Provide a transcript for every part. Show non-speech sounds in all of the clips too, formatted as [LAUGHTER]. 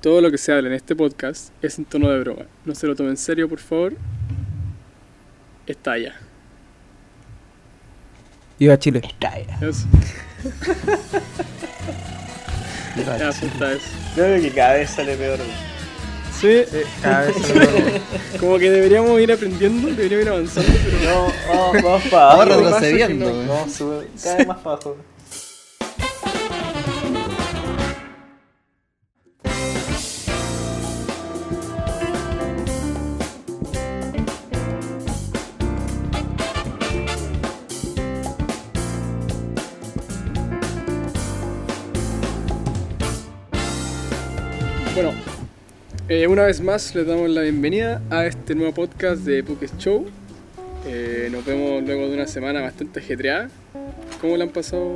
Todo lo que se habla en este podcast es en tono de broma. No se lo tome en serio, por favor. Estalla. Viva Chile. Estrella. Eso. Ya, pues, suelta eso. Yo creo que cada vez sale peor. güey. Sí, eh, Cada vez [LAUGHS] se lo tomo. como que deberíamos ir aprendiendo, deberíamos ir avanzando, pero no. No, vamos, vamos para abajo. Ahora ¿qué pasa? retrocediendo, No, güey. ¿eh? no, sube cada vez más para abajo. Bueno, eh, una vez más les damos la bienvenida a este nuevo podcast de Pocket Show. Eh, nos vemos luego de una semana bastante ajetreada. ¿Cómo la han pasado,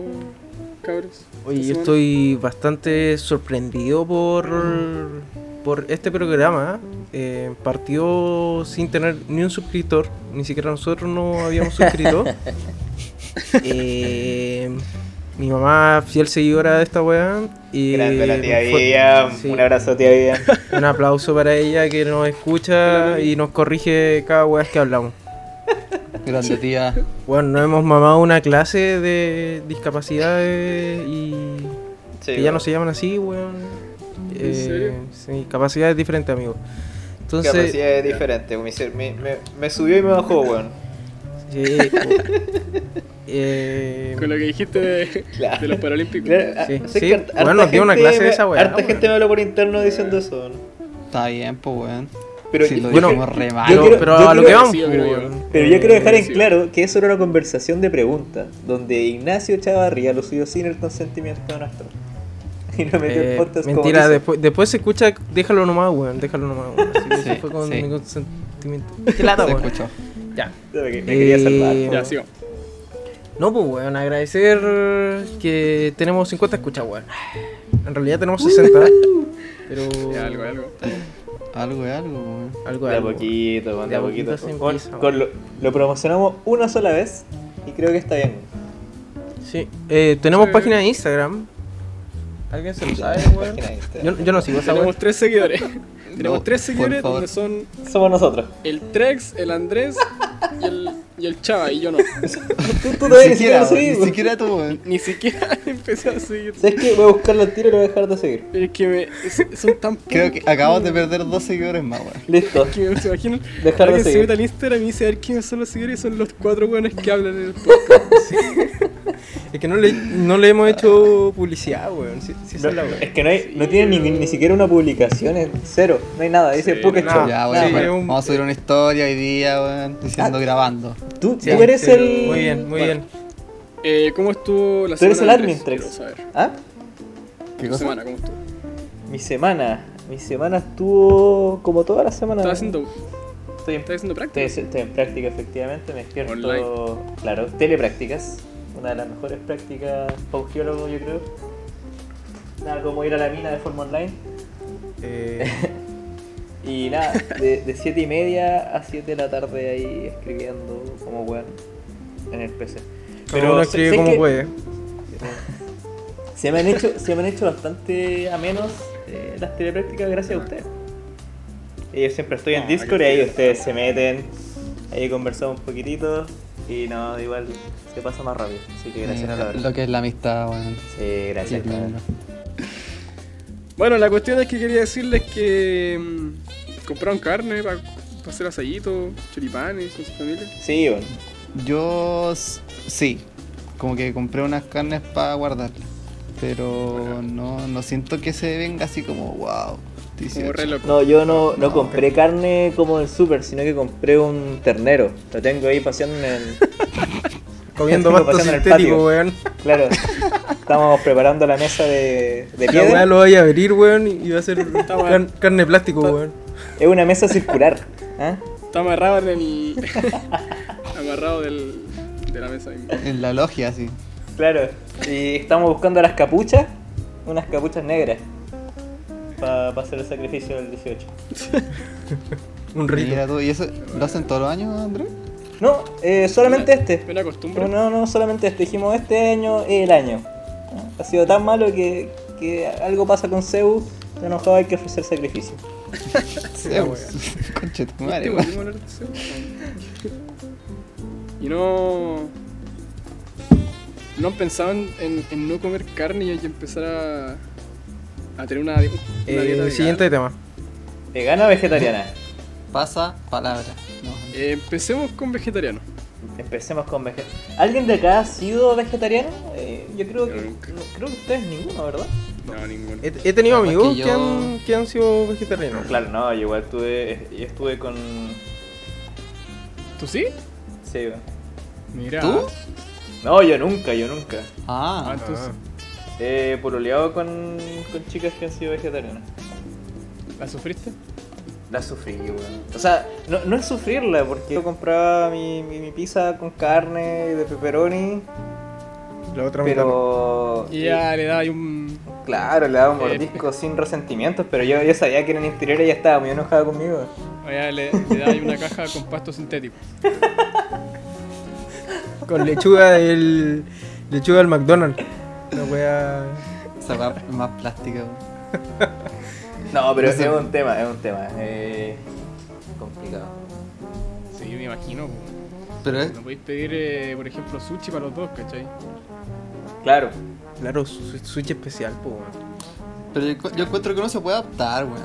cabros? Esta Oye, yo semana. estoy bastante sorprendido por, por este programa. Eh, partió sin tener ni un suscriptor, ni siquiera nosotros no habíamos [LAUGHS] suscrito. Eh, mi mamá, fiel seguidora de esta weá. y Grande la tía fue- Vivian. sí, Un abrazo, [LAUGHS] tía Vivian. un aplauso para ella que nos escucha y nos corrige cada weá que hablamos. Grande tía. Bueno, nos hemos mamado una clase de discapacidades y Sí, que ya güey. no se llaman así, weón. Eh, serio? sí, capacidades diferentes, amigo. Entonces, Capacidad es diferente. güey. Me, hice- me, me, me subió y me bajó, weón. eh, o- eh, Con lo que dijiste de, Claro. de los Paralímpicos. Claro, Sí, ah, sé sí. que harta- Bueno, harta nos dio una gente clase de me- esa weá, Harta weón. gente me habló por interno diciendo eso. ¿no? Está bien, pues weón. Pero, Si yo- lo yo- dijimos re mal. pero, yo quiero- pero yo a lo quiero- que vamos, sí, yo pues, creo yo. weón. Eh, pero yo quiero dejar en sí. claro que eso era una conversación de preguntas, donde Ignacio Chavarría lo subió sin el consentimiento nuestro. [LAUGHS] Y lo metió Eh, este en podcast como mentira, dice. después, después se escucha, déjalo nomás, weón, déjalo nomás, weón. Así que Sí, eso fue con sí. ningún sentimiento. [LAUGHS] Qué lata, Se weón. escuchó. Ya. Me quería salvar. Eh, Ya, sigamos. No, pues, weón, agradecer que tenemos 50 escuchas, weón. En realidad tenemos 60, pero Ya, algo, algo. Algo es algo, weón. algo, De a algo. poquito, man, de De a a poquito. poquito se Con- empieza, con lo, lo promocionamos una sola vez y creo que está bien. Sí, eh, tenemos Sí. página de Instagram. ¿Alguien se lo sabe, weón? Página de Instagram. Yo, yo no sigo [LAUGHS] esa Tenemos weón. tres [LAUGHS] seguidores. Tenemos No, tres por seguidores favor. donde son Somos nosotros. el Trex, el Andrés y el, y el Chava, y yo no. Tú, tú todavía Ni siquiera, lo weón, seguimos. ni siquiera tú, weón. Ni siquiera [LAUGHS] empecé a seguir. ¿Sabes qué? Voy a buscar la tiro y lo voy a dejar de seguir. Es que me, es- son tan Creo pocos que acabas de perder dos seguidores más, weón. Listo. que me se imaginan. Dejar de alguien se seguir. mete al Instagram y dice a ver quiénes son los seguidores y son los cuatro buenos que hablan en el podcast. Es que no le, no le hemos hecho publicidad, weón. Si, si esa es la No, weón. es que no, hay, no tiene ni, ni siquiera una publicación, es cero, no hay nada, dice Sí, Pocket nada. Show. Ya, sí, weón. es bueno, un- Vamos a subir una historia hoy día, weón. Diciendo Ah. grabando. Tú, Sí, tú eres sí, el. Muy bien, muy Bueno. bien. Eh, ¿Cómo estuvo la Tú eres el semana? de Trex? admin, Quiero Trex. saber. ¿Ah? ¿Qué Tu cosa? semana, ¿cómo estuvo? Mi semana. Mi semana estuvo como toda la semana. ¿Estás haciendo, Estoy en, estás haciendo práctica? estoy- estoy en práctica, efectivamente. Me despierto. Online. Claro, teleprácticas. Una de las mejores prácticas para un geólogo, yo creo. Nada como ir a la mina de forma online. Eh, Y nada, de, de 7 y media a 7 de la tarde ahí escribiendo como weón en el PC. pero uno sé- sé escribe como que- puede. Se me han hecho, se me han hecho bastante a menos las teleprácticas gracias a ustedes. Y yo siempre estoy en Ah, Discord y qué ahí bien. ustedes se meten, ahí conversamos un poquitito y no, igual se pasa más rápido. Así que gracias Mira, cabrón. Eh, Lo que es la amistad, weón. Sí, gracias Sí, cabrón. Bueno, la cuestión es que quería decirles que mm, compraron carne para hacer asayitos, choripanes con su familia. Sí, bueno. Yo s- sí, como que compré unas carnes para guardarlas, pero no, no siento que se venga así como wow. Como 18". re loco. No, yo no, no No, compré carne como del súper, sino que compré un ternero. Lo tengo ahí paseando en el... [LAUGHS] Comiendo Lo pasto pasan en el sintético, patio. weón. Claro, estamos preparando la mesa de, de La weá piedra. lo voy a abrir, weón, y va a ser weón. car- carne plástico, Está- weón. Es una mesa circular. ¿ah? Está amarrado en el. [LAUGHS] amarrado del, de la mesa. misma. En la logia así. Claro, y estamos buscando las capuchas, unas capuchas negras, para hacer el sacrificio del 18. Un rito. Mira tú, ¿y eso lo hacen todos los años, Andrés? No, eh, solamente Me este. la costumbre. No, no, no, solamente este. Dijimos Ah, este año y el año. Ha sido tan malo que, que algo pasa con Zeus Está enojado, hay que ofrecer sacrificio. [LAUGHS] Eh, Zeus. Conche Eh, tu madre, ¿Viste, volvimos weón. a hablar de Zeus? Y no. No han pensado en, en- en no comer carne y empezar a. a tener una, di- una Eh, dieta. siguiente vegana? tema. ¿Vegana o vegetariana? Pasa palabra. No. Eh, empecemos con vegetariano. Empecemos con vegetariano. ¿Alguien de acá ha sido vegetariano? Eh, yo creo que. Yo nunca. no- creo que ustedes ninguno, ¿verdad? No, ninguno. He, he tenido Capaz que amigos que, yo- han, que han sido vegetarianos. Claro, no, yo igual estuve. Yo estuve con. ¿Tú sí? Sí, weón. Mira. ¿Tú? No, yo nunca, yo nunca. Ah, Ah, entonces. He pololeado Eh, con, con chicas que han sido vegetarianas. ¿La sufriste? La sufrí, weón. O sea, no, no es sufrirla, porque yo compraba mi, mi, mi pizza con carne de pepperoni, La otra mitad no. pero... Y ya le da ahí un. Claro, le daba un Eh. mordisco sin resentimientos, pero yo, yo sabía que en el interior ella estaba muy enojada conmigo. Ya le, le da ahí una caja con pasto sintético. Con lechuga del. Lechuga del McDonald's. La wea. esa weá es más plástica, weón. No, pero No sé. es un tema, es un tema. Eh, complicado. Sí, me imagino. po. Pero es. No podéis pedir, eh, por ejemplo, sushi para los dos, ¿cachai? Claro. [LAUGHS] Claro, su- switch especial, po, weón. Pero yo, encu- yo encuentro que no se puede adaptar, weón.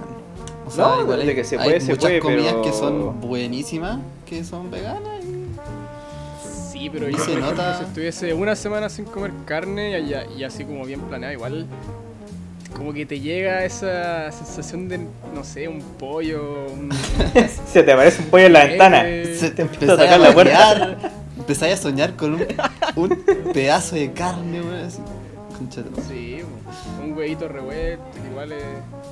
O sea, No, igual hay, de que se puede, hay se muchas puede, comidas pero- que son buenísimas, que son veganas. y- Sí, pero Y yo se por ejemplo, nota. si estuviese una semana sin comer carne y, allá- y así como bien planeada, igual como que te llega esa sensación de, no sé, un pollo, un... Se te aparece un pollo en la ventana. Eh, Se te empieza a empezáis a tocar la puerta. bañar, empezáis a soñar con un, [LAUGHS] un pedazo de carne, weón. así. Concha tu madre. sí, po, un huevito revuelto, que igual es,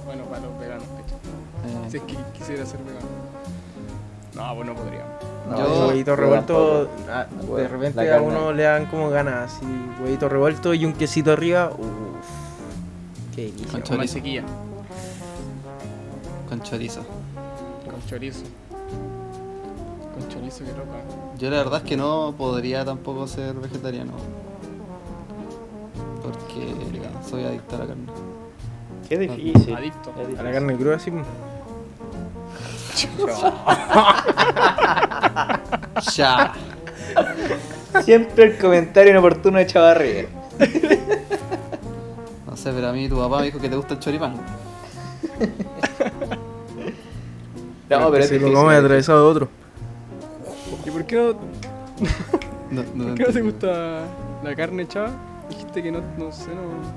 bueno, para los veganos, ¿cachai? Eh, Si es que quisiera ser vegano. No, pues no podría. No, Yo- Yo, huevito yo revuelto. tampoco. ah, de Bueno, repente la a carne. uno le dan como ganas. Así, huevito revuelto y un quesito arriba. Uff. Qué delicia. Con Con chorizo. mantequilla, Con chorizo. con chorizo. Con chorizo, qué loco. ¿eh? Yo la verdad es que no podría tampoco ser vegetariano. Porque soy adicto a la carne. Es difícil. Adicto. Es A difícil. la carne cruda, así. ¡Ya! Siempre el comentario inoportuno de Chavarría. No sé, pero a mí tu papá me dijo que te gusta el choripán. No, pero es si difícil. lo come atravesado de otro. ¿Y por qué no No, [LAUGHS] no, ¿Por qué no te gusta la carne, chava? Dijiste que no, no sé, no.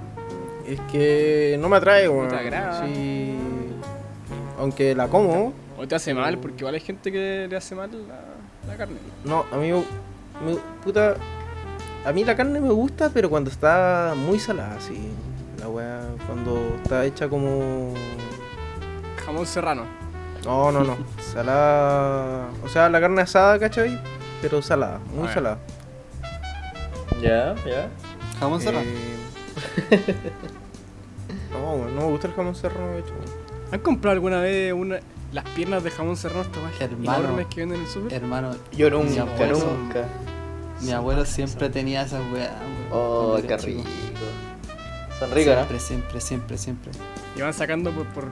Es que no me atrae, weón. te agrada. Sí. Aunque la como, O te hace mal, porque igual hay gente que le hace mal la, la carne. no, a mí me, me- puta, a mí la carne me gusta, pero cuando está muy salada, así. La weá, cuando está hecha como Jamón serrano. No, no, no. [LAUGHS] salada, o sea, la carne asada, ¿cachai? Pero salada, Ah, muy ya. salada. Ya, ya. Jamón serrano. [LAUGHS] Eh, No, weón, no me gusta el jamón serrano, de hecho. ¿Han comprado alguna vez una, las piernas de jamón serrano estas más Hermano. enormes que venden en el súper? Hermano, Yo Mi nunca, abuelo. nunca. mi abuelo siempre tenía esas weas. weón, Oh, cuando qué era chico. rico. Son ricos, ¿no? Siempre, siempre, siempre, siempre. Y van sacando por, por,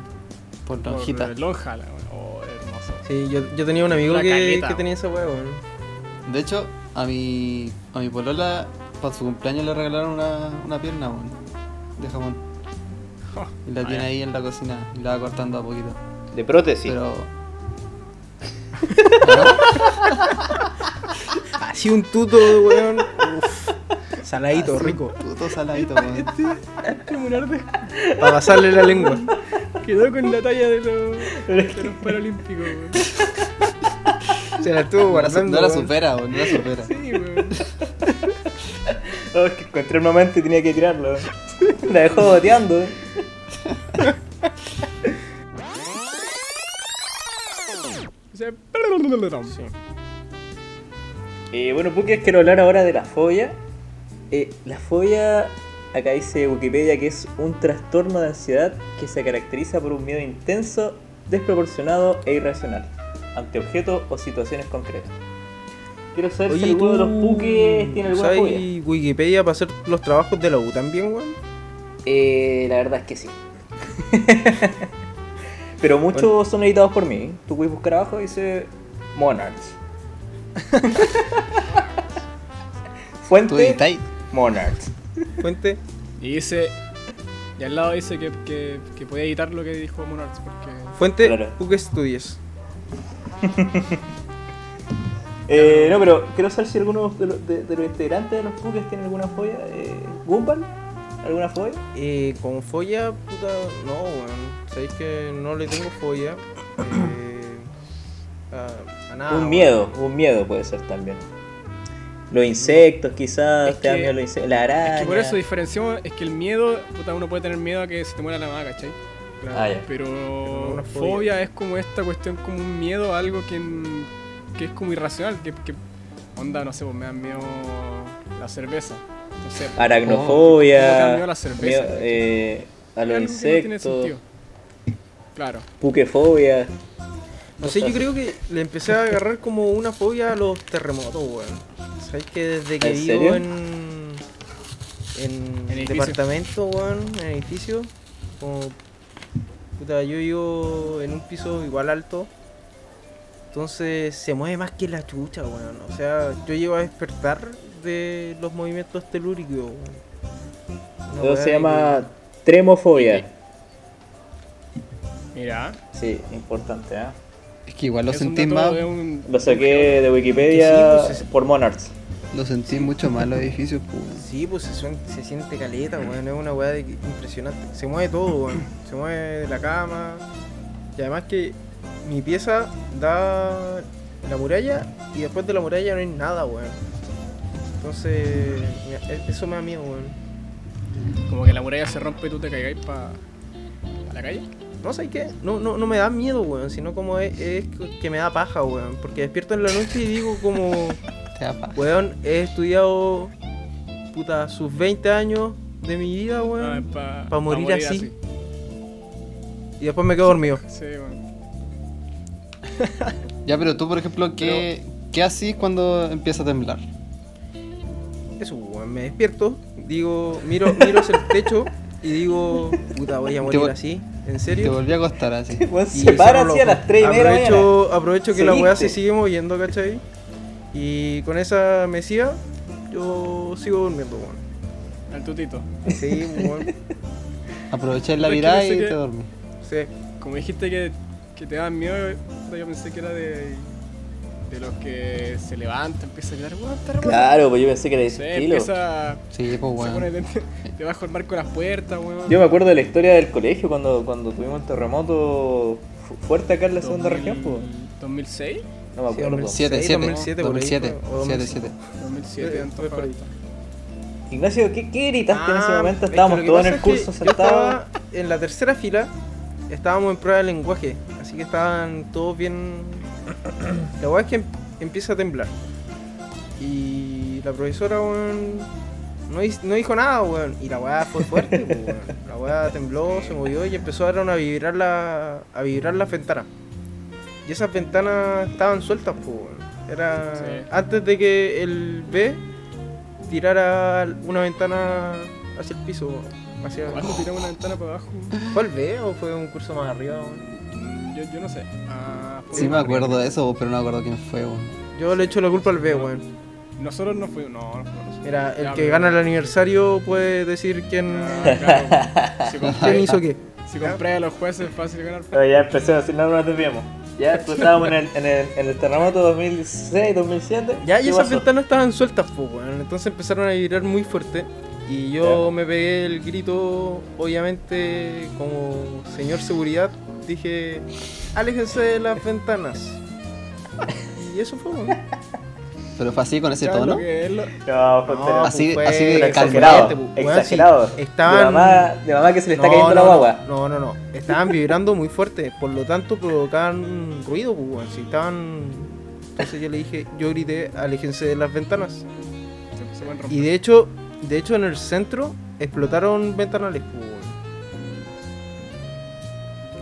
Por por lonjita. lonja. la- Oh, hermoso. [LAUGHS] Sí, yo, yo tenía un amigo La que, caleta, que weón. tenía esa weá, weón. De hecho, a mi, a mi polola, para su cumpleaños le regalaron una, una pierna, weón. De jamón. Oh, Y la ah, tiene ya. ahí en la cocina. Y la va cortando a poquito. De prótesis. Pero. Así un tuto, weón. [LAUGHS] Uf, saladito, Así, rico. Puto saladito, weón. Este mular de- Para pasarle la lengua. quedó con la talla de los, de los paralímpicos, weón. Sí, Se la estuvo No la su- guardando. no la weón. supera, weón. No la supera. weón. [LAUGHS] Oh, es que encontré el momento y tenía que tirarlo. La dejó boteando. eh. O sea, [LAUGHS] Eh, bueno, Puki, quiero hablar ahora de la fobia. Eh, la fobia, acá dice Wikipedia que es un trastorno de ansiedad que se caracteriza por un miedo intenso, desproporcionado e irracional ante objetos o situaciones concretas. Quiero saber si Oye, alguno de los ¿tú Pukes tiene alguna usas fobia. Wikipedia para hacer los trabajos de la U también, weón? Eh, la verdad es que sí. [LAUGHS] Pero muchos son editados por mí. Tú puedes buscar abajo y dice [LAUGHS] Monarchs. Tú Fuente editáis. Monarchs. Fuente. Y dice. Y al lado dice que, que, que puede editar lo que dijo Monarchs porque. Fuente, Claro. tú que estudias. Eh, no, pero quiero saber si alguno de los, de- de los integrantes de los Pukes tiene alguna fobia. Eh, ¿Gumball? ¿Alguna fobia? Eh, con folla, puta, no, weón. Sabéis que no le tengo folla. eh, a, Ah, a nada. un weón. miedo, un miedo puede ser también. Los insectos, quizás, Es te dan que- miedo los insectos. La araña. Es que por eso diferenciamos, es que el miedo, puta, uno puede tener miedo a que se te muera la mamá, ¿cachai? Ah, ya. Pero una fobia. fobia es como esta cuestión, como un miedo a algo que, que es como irracional, que, que onda, no sé, pues me da miedo la cerveza. No sé, pues, Ah, Como te da Aracnofobia. miedo a la cerveza, miedo, ¿cachai? eh, a algo los que no tiene insectos. sentido. Claro. Pukefobia. No sé, yo Cosas creo que le empecé a agarrar como una fobia a los terremotos, weón. Sabéis que desde que ¿En vivo serio? en. En, En edificio. departamento, weón, en edificio. Como. Puta, yo vivo en un piso igual alto. Entonces se mueve más que la chucha, weón. O sea, yo llego a despertar de los movimientos telúricos, weón. Una Eso weá se que- llama tremofobia. Mira, Sí, importante, ¿eh? Es que igual lo es un sentís dato más, de un- Lo saqué de Wikipedia Sí, pues, es- [LAUGHS] por Monarchs. lo sentís mucho más los edificios, pues. weón. Sí, pues se, suen- se siente caleta, weón. Es una weá de que- impresionante. Se mueve todo, weón. Se mueve la cama. Y además que mi pieza da la muralla y después de la muralla no hay nada, weón. Entonces, me- e- eso me da miedo, weón. Como que la muralla se rompe y tú te caigáis para la calle. No sé qué, no, no, no me da miedo, weón, sino como es, es que me da paja, weón. Porque despierto en la noche y digo como, Te da paja. weón, he estudiado, puta, sus 20 años de mi vida, Ah, weón. para pa' morir así. Y después me quedo dormido. Sí, bueno. Ya, pero tú, por ejemplo, ¿qué, ¿qué haces cuando empieza a temblar? Eso, weón, me despierto, digo, miro, miro hacia [LAUGHS] el techo y digo, puta, voy a morir vol- así, ¿en Te serio? volví a acostar [LAUGHS] así. Weón, Y se para cierro así a los las 3 y ojos. media de la mañana. aprovecho, aprovecho que la weá se Seguiste. sigue moviendo, ¿cachai? Y con esa mesía, yo sigo durmiendo, weón. Al tutito. Sí, [LAUGHS] weón, Aprovechar la Pero es que virada y pensé que- te dormí. sí. Como dijiste que, que te daban miedo, yo pensé que era de, de los que se levanta, empieza a gritar, weón, está remoto". Claro, pues yo pensé que era de Sí, ese estilo. empieza Sí, pues se pone weón. de- debajo del marco de las puertas, weón. Yo me acuerdo de la historia del colegio cuando, cuando tuvimos el terremoto fu- fuerte acá en la segunda 2000, región, pues. 2006, No me Sí, acuerdo. 7, 2006, 7, 2007, por ahí, 2007, o 7, 2007, Eh, en fue por ahí. Antofagasta. Ignacio, ¿qué, qué gritaste en ese Ah, momento? es que lo Estábamos que todos en pasa el es que curso Yo sentados. estaba en la tercera fila, estábamos en prueba de lenguaje, así que estaban todos [COUGHS] bien. La weá es que em- empieza a temblar. Y la profesora, weón, no, dis- no dijo nada, weón. Y la weá fue fuerte, [LAUGHS] po, weón. La weá tembló, se movió y empezó a, dar una- a vibrar la, a vibrar las ventanas. Y esas ventanas estaban sueltas, po, weón. Era Sí. antes de que el B tirara una ventana hacia el piso, weón. hacia Abajo tiramos una ventana para abajo. ¿Fue el B o fue un curso más arriba, weón? Mm, Yo, yo no sé. Ah, fue Sí, me arriba. acuerdo de eso, pero no me acuerdo quién fue, weón. Yo le echo la culpa al B, weón. Nosotros no fuimos, no, no fuimos. nosotros. Mira, el Ya, que pero- gana el aniversario puede decir quién, Ah, [LAUGHS] claro. [LAUGHS] Si quién compré- hizo qué. Si compré a los jueces es fácil ganar. Pero ya empecé a decir, no, no nos desviamos. Ya después estábamos en el, en el, en el terremoto 2006, 2007. Ya, y ¿Qué esas pasó? ventanas estaban sueltas, pues, weón. Entonces empezaron a vibrar muy fuerte. Y yo me pegué el grito, obviamente, como señor seguridad, dije, aléjense de las ventanas. Y eso fue, weón. Pero fue así con ese Ya, lo tono. que es lo- No, fue No, terrible. así- pues, fue así de exagerante, calculado, pues, weón, sí. Exagerado. Estaban... De mamá, de mamá que se le está cayendo la guagua. No, no, no. Estaban vibrando muy fuerte, por lo tanto provocaban ruido, pues, weón. Si estaban. Entonces yo le dije, yo grité, aléjense de las ventanas. se- se pueden Y romper. de hecho, de hecho en el centro explotaron ventanales, pues, weón.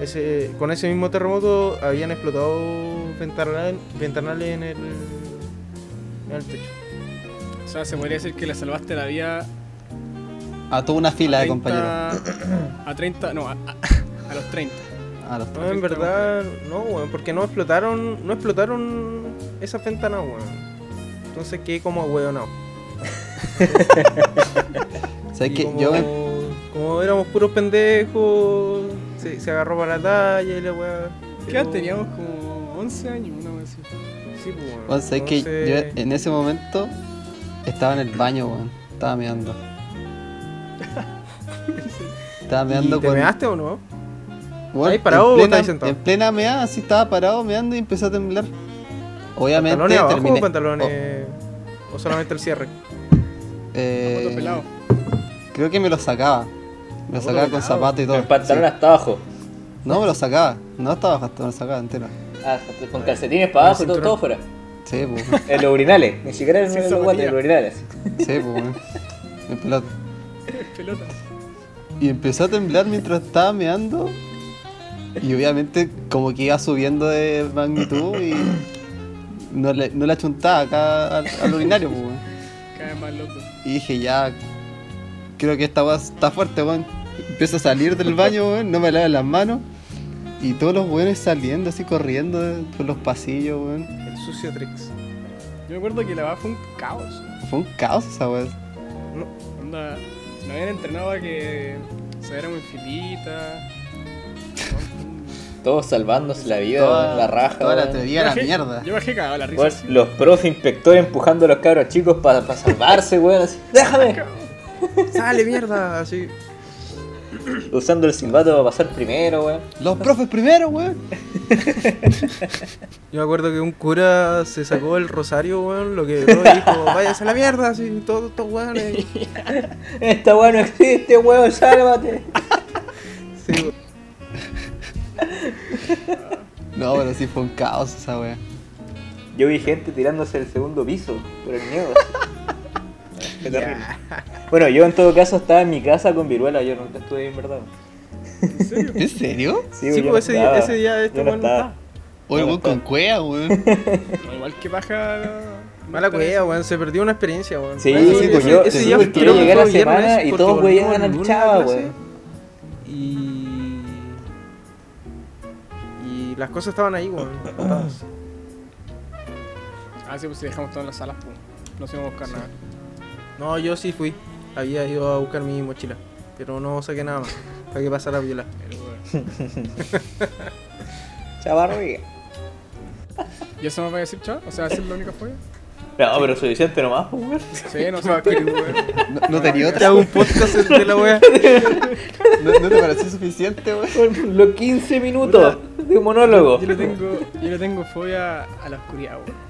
Ese, con ese mismo terremoto habían explotado ventanal- ventanales en el, en el techo. O sea, se podría decir que le salvaste la vida A toda una fila de 30 compañeros. A 30, no, a, a- a los 30. A los No, en verdad, no, weón, porque no explotaron, no explotaron esas ventanas, weón. Entonces quedé como weón, no. ¿Sabes que yo me- Como éramos puros pendejos, se, se agarró para la talla y la weá. ¿Qué edad teníamos? Como 11 años, una vez así. Sí, pues, weón. bueno, ¿sabes que Entonces, yo en ese momento estaba en el baño, weón. Estaba meando. Estaba meando ¿y ¿Te cuando- measte o no? Weón, ¿Ahí parado o en plena, estáis sentado? en plena meada, así estaba parado meando y empezó a temblar. Obviamente ¿Pantalones abajo terminé. o pantalones? ¿O solamente el cierre? oh, eh, Foto pelado. creo que me lo sacaba. Me Zapato lo sacaba con pelado. zapato y todo. El pantalón hasta abajo. sí. No, me lo sacaba. No estaba bajando, me lo sacaba entero. Ah, con calcetines para abajo y todo, cinturón. todo fuera. Sí, pues. En los urinales. Ni siquiera en Sin los guantes, zapatilla. en los urinales. sí, [LAUGHS] pues, weón. En pelota. Pelota. Y empezó a temblar mientras estaba meando. Y obviamente como que iba subiendo de magnitud y no le, no le achuntaba acá al, al urinario. pues, weón. Cada vez más loco. Y dije, ya, creo que esta weá está fuerte, weón. Empiezo a salir del baño, weón, no me lavan las manos. Y todos los weones saliendo así corriendo eh, por los pasillos, weón. El sucio tricks. Yo me acuerdo que la verdad fue un caos. Fue un caos esa weá. Onda, nos habían entrenado a que saliéramos en [LAUGHS] filita. Todos salvándose la vida, Toda- la raja. Toda la weón. teoría a Yo la bajé- mierda. Yo bajé cagado la risa. Weón, los profe inspectores empujando a los cabros chicos para salvarse, weón. así, ¡Déjame! [LAUGHS] ¡Sale, mierda! Así. Usando el silbato para pasar primero, weón. Los profes primero, weón. Yo me acuerdo que un cura se sacó el rosario, weón, lo [LAUGHS] que y dijo, váyase a la mierda, así, todos estos weones. Esta weón no existe, weón, sálvate. Sí, weón. No, pero sí fue un caos esa weá. Yo vi gente tirándose del segundo piso por el miedo. así. Qué terrible. Bueno, yo en todo caso estaba en mi casa con viruela, yo nunca estuve en verdad. ¿En serio? Sí, yo pues, no ese día- estaba. ese día este Yo no weón no estaba. Oye, No, weón, con está. cuea, weón. No, igual que baja. [LAUGHS] no- Mala no está- cueva, weón, se perdió una experiencia, weón. Sí, Weón, sí, ese- pues yo- ese te día juro que creo yo llegué a la fue viernes semana y porque todos volvíamos huevían al el lunes chava, a clase weón. Y... Y las cosas estaban ahí, weón. botadas. Ah, sí, pues si dejamos todo en las salas, pum. No se iba a buscar nada. No, yo sí fui. Había ido a buscar mi mochila. Pero no saqué nada más. Para que pasara viola. Pero, bueno. Chavarriga. ¿Y eso me va a decir, chaval? O sea, ¿esa es la única folla? No, pero suficiente nomás, pues, weón. Sí, no se [LAUGHS] va a escribir, weón. No, no tenía Te otra. hago un podcast de la [LAUGHS] wea. [LAUGHS] No, no te pareció suficiente, weón. Con Los 15 minutos de monólogo. Yo le tengo, yo le tengo fobia a la oscuridad, weón.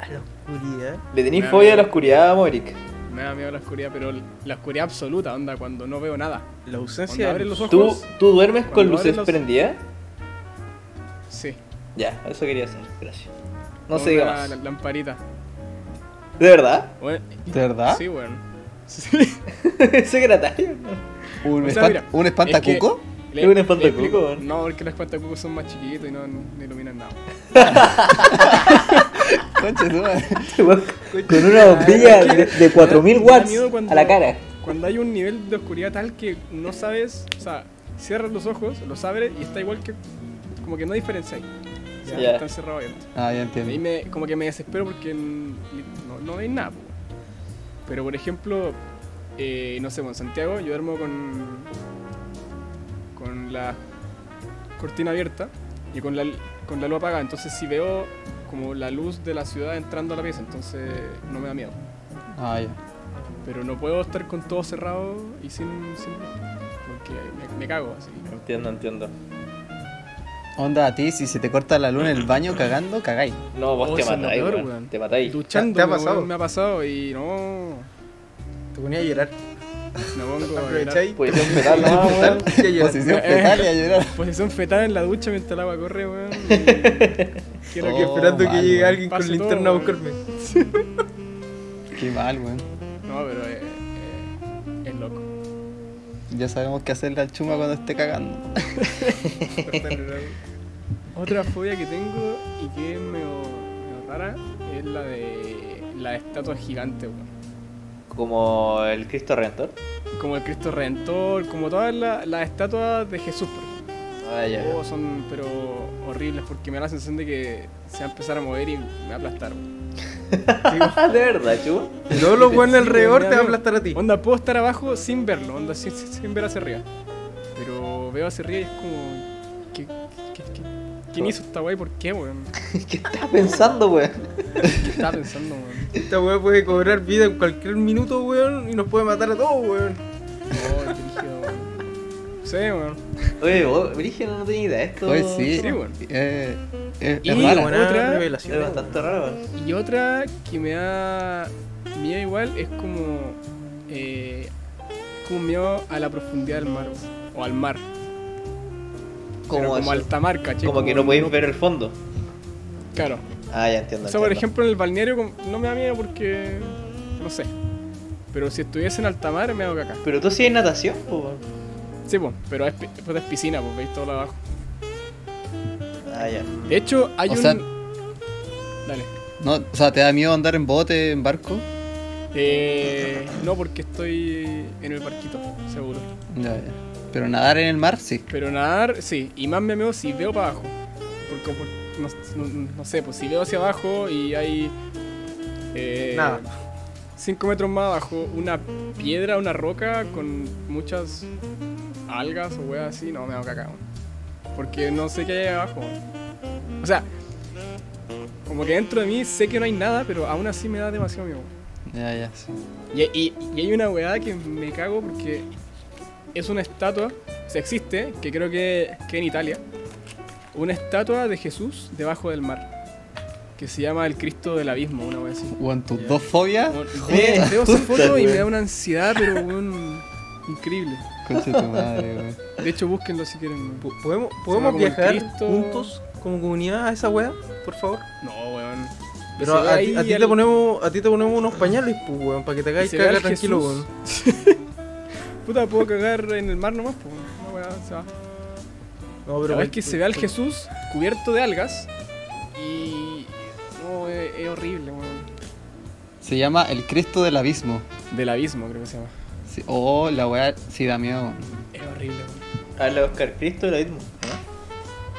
A la oscuridad. Le tenéis fobia a la oscuridad, Morik. Me da miedo la oscuridad, pero la oscuridad absoluta, onda, cuando no veo nada. La Cuando ausencia de abres los luz. ojos. ¿Tú, ¿Tú duermes con Cuando luces abres los- prendidas? Sí. Ya, eso quería hacer. Gracias. No Con se diga una más. la- Lamparita. ¿De verdad? Bueno, ¿De ¿Ah? verdad? [LAUGHS] Sí, weón. [LAUGHS] Sí. Secretario. ¿Un, O sea, espan- mira, ¿un espantacuco? Le- ¿Es un le espantacuco, explico- weón? No, porque los espantacucos son más chiquitos y no, no iluminan nada. Concha de su madre. Con una bombilla [LAUGHS] de, de 4000 Me da- me da miedo watts cuando- a la cara. Cuando hay un nivel de oscuridad tal que no sabes, o sea, cierras los ojos, los abres y está igual que. como que no diferencia ahí. O sea, Ya. están cerrados abiertos. Ah, ya Ahí entiendo. me, como que me desespero porque n- no, no veis nada. po. Pero por ejemplo, eh, no sé, en Santiago yo duermo con, con la cortina abierta y con la, con la luz apagada. Entonces si veo como la luz de la ciudad entrando a la pieza, entonces no me da miedo. Ah, ya. Pero no puedo estar con todo cerrado y sin... sin luz, porque me, me cago así. Entiendo, entiendo. Onda a ti, si se te corta la luna en el baño cagando, cagáis. No, vos Oh, te eso es lo matáis, peor, weón. weón. Te matáis. Duchando ¿Te ha pasado? me ha pasado y no... Te ponía a llorar. Me pongo a bailar. Aprovecháis. [LAUGHS] Pues yo fetal nomás, weón. y a [LAUGHS] llorar. Posición fetal y a llorar. Posición fetal en la ducha mientras el agua corre, [LAUGHS] weón. Quiero Aquí que Oh, esperando que mal, llegue weón. alguien con Pase linterna a todo, buscarme. Qué mal, weón. No, pero eh, eh, es loco. [LAUGHS] Ya sabemos qué hacerle al chuma cuando esté cagando. Otra fobia que tengo y que es medio, medio rara es la de la estatua gigante, weón. Como el Cristo Redentor. Como el Cristo Redentor, como todas la- las estatuas de Jesús, por ejemplo. Ah, ya. Oh, son pero horribles porque me da la sensación de que se va a empezar a mover y me va a aplastar. weón. [LAUGHS] Ah, de verdad, chulo. Y todos [LAUGHS] los buenos alrededor te mira, van a mira. aplastar a ti. Onda, puedo estar abajo sin verlo, onda, sin, sin- sin ver hacia arriba. Pero veo hacia arriba y es como. ¿qué, qué- qué- quién Oh. hizo esta wey? ¿Por qué, weón? ¿Qué estás pensando, weón? ¿Qué estaba pensando, [LAUGHS] weón? Esta weá puede cobrar vida en cualquier minuto, weón, y nos puede matar a todos, weón. No, dirigido, Oh, weón. Sí, weón. Oye, vos, Brígido no tenía idea. Esto Oye, sí. Sí, bueno. Eh, eh, Y es rara. bueno. otra- revelación. es bastante raro, weón. Y otra que me da miedo igual es como. eh, como miedo a la profundidad del mar, weón. O al mar. ¿Cómo Pero eso? como alta mar, ¿cachai? Como que no podéis ver el fondo. Claro. Ah, ya entiendo. O sea, por entiendo. ejemplo, en el balneario como- no me da miedo porque. No sé. Pero si estuviese en alta mar, me hago caca. Pero tú hacías natación, po, weón. Sí, pues, pero es, pi- pues, es piscina, pues veis todo lo de abajo. Ah, ya. De hecho, hay O un. sea- Dale. No, o sea, ¿te da miedo andar en bote, en barco? Eh, no, porque estoy en el barquito, seguro. Ya, ya. Pero nadar en el mar, sí. Pero nadar, sí. Y más me meo si veo para abajo. Porque, por- no, no- no sé, pues si veo hacia abajo y hay. Eh, Nada. 5 metros más abajo, una piedra, una roca con muchas algas o weas así, no me hago caca, weón. Porque no sé qué hay ahí abajo. weón. O sea, como que dentro de mí sé que no hay nada, pero aún así me da demasiado miedo. weón. Ya, ya, sí. Y, y- y hay una weá que me cago porque es una estatua, se existe, que creo que, que en Italia, una estatua de Jesús debajo del mar, que se llama el Cristo del Abismo, una wea así. Weón, tus dos fobias. Bueno, Eh, Veo veo esa puta, foto y me weón. da una ansiedad, [LAUGHS] pero weón, increíble. Concha de tu madre, weón. De hecho, búsquenlo si quieren. weón. Po- ¿Podemos, llama podemos como viajar Cristo. juntos como comunidad a esa weá, por favor? No, weón. Pero Se ve a, a ti ahí a ti al- te ponemos, a ti te ponemos unos pañales, pues, weón, para que te y hagáis se ve cagar al tranquilo, Jesús. weón. [LAUGHS] Puta, puedo cagar en el mar nomás, pues. weón. No, weón, se va. No, Pero weón, es que tú- se ve al tú- Jesús cubierto de algas y. No, es, es horrible, weón. Se llama El Cristo del Abismo. Del abismo, creo que se llama. Sí. Oh, la weá, sí da miedo. weón. Es horrible, weón. Habla Ah, Oscar Cristo del abismo.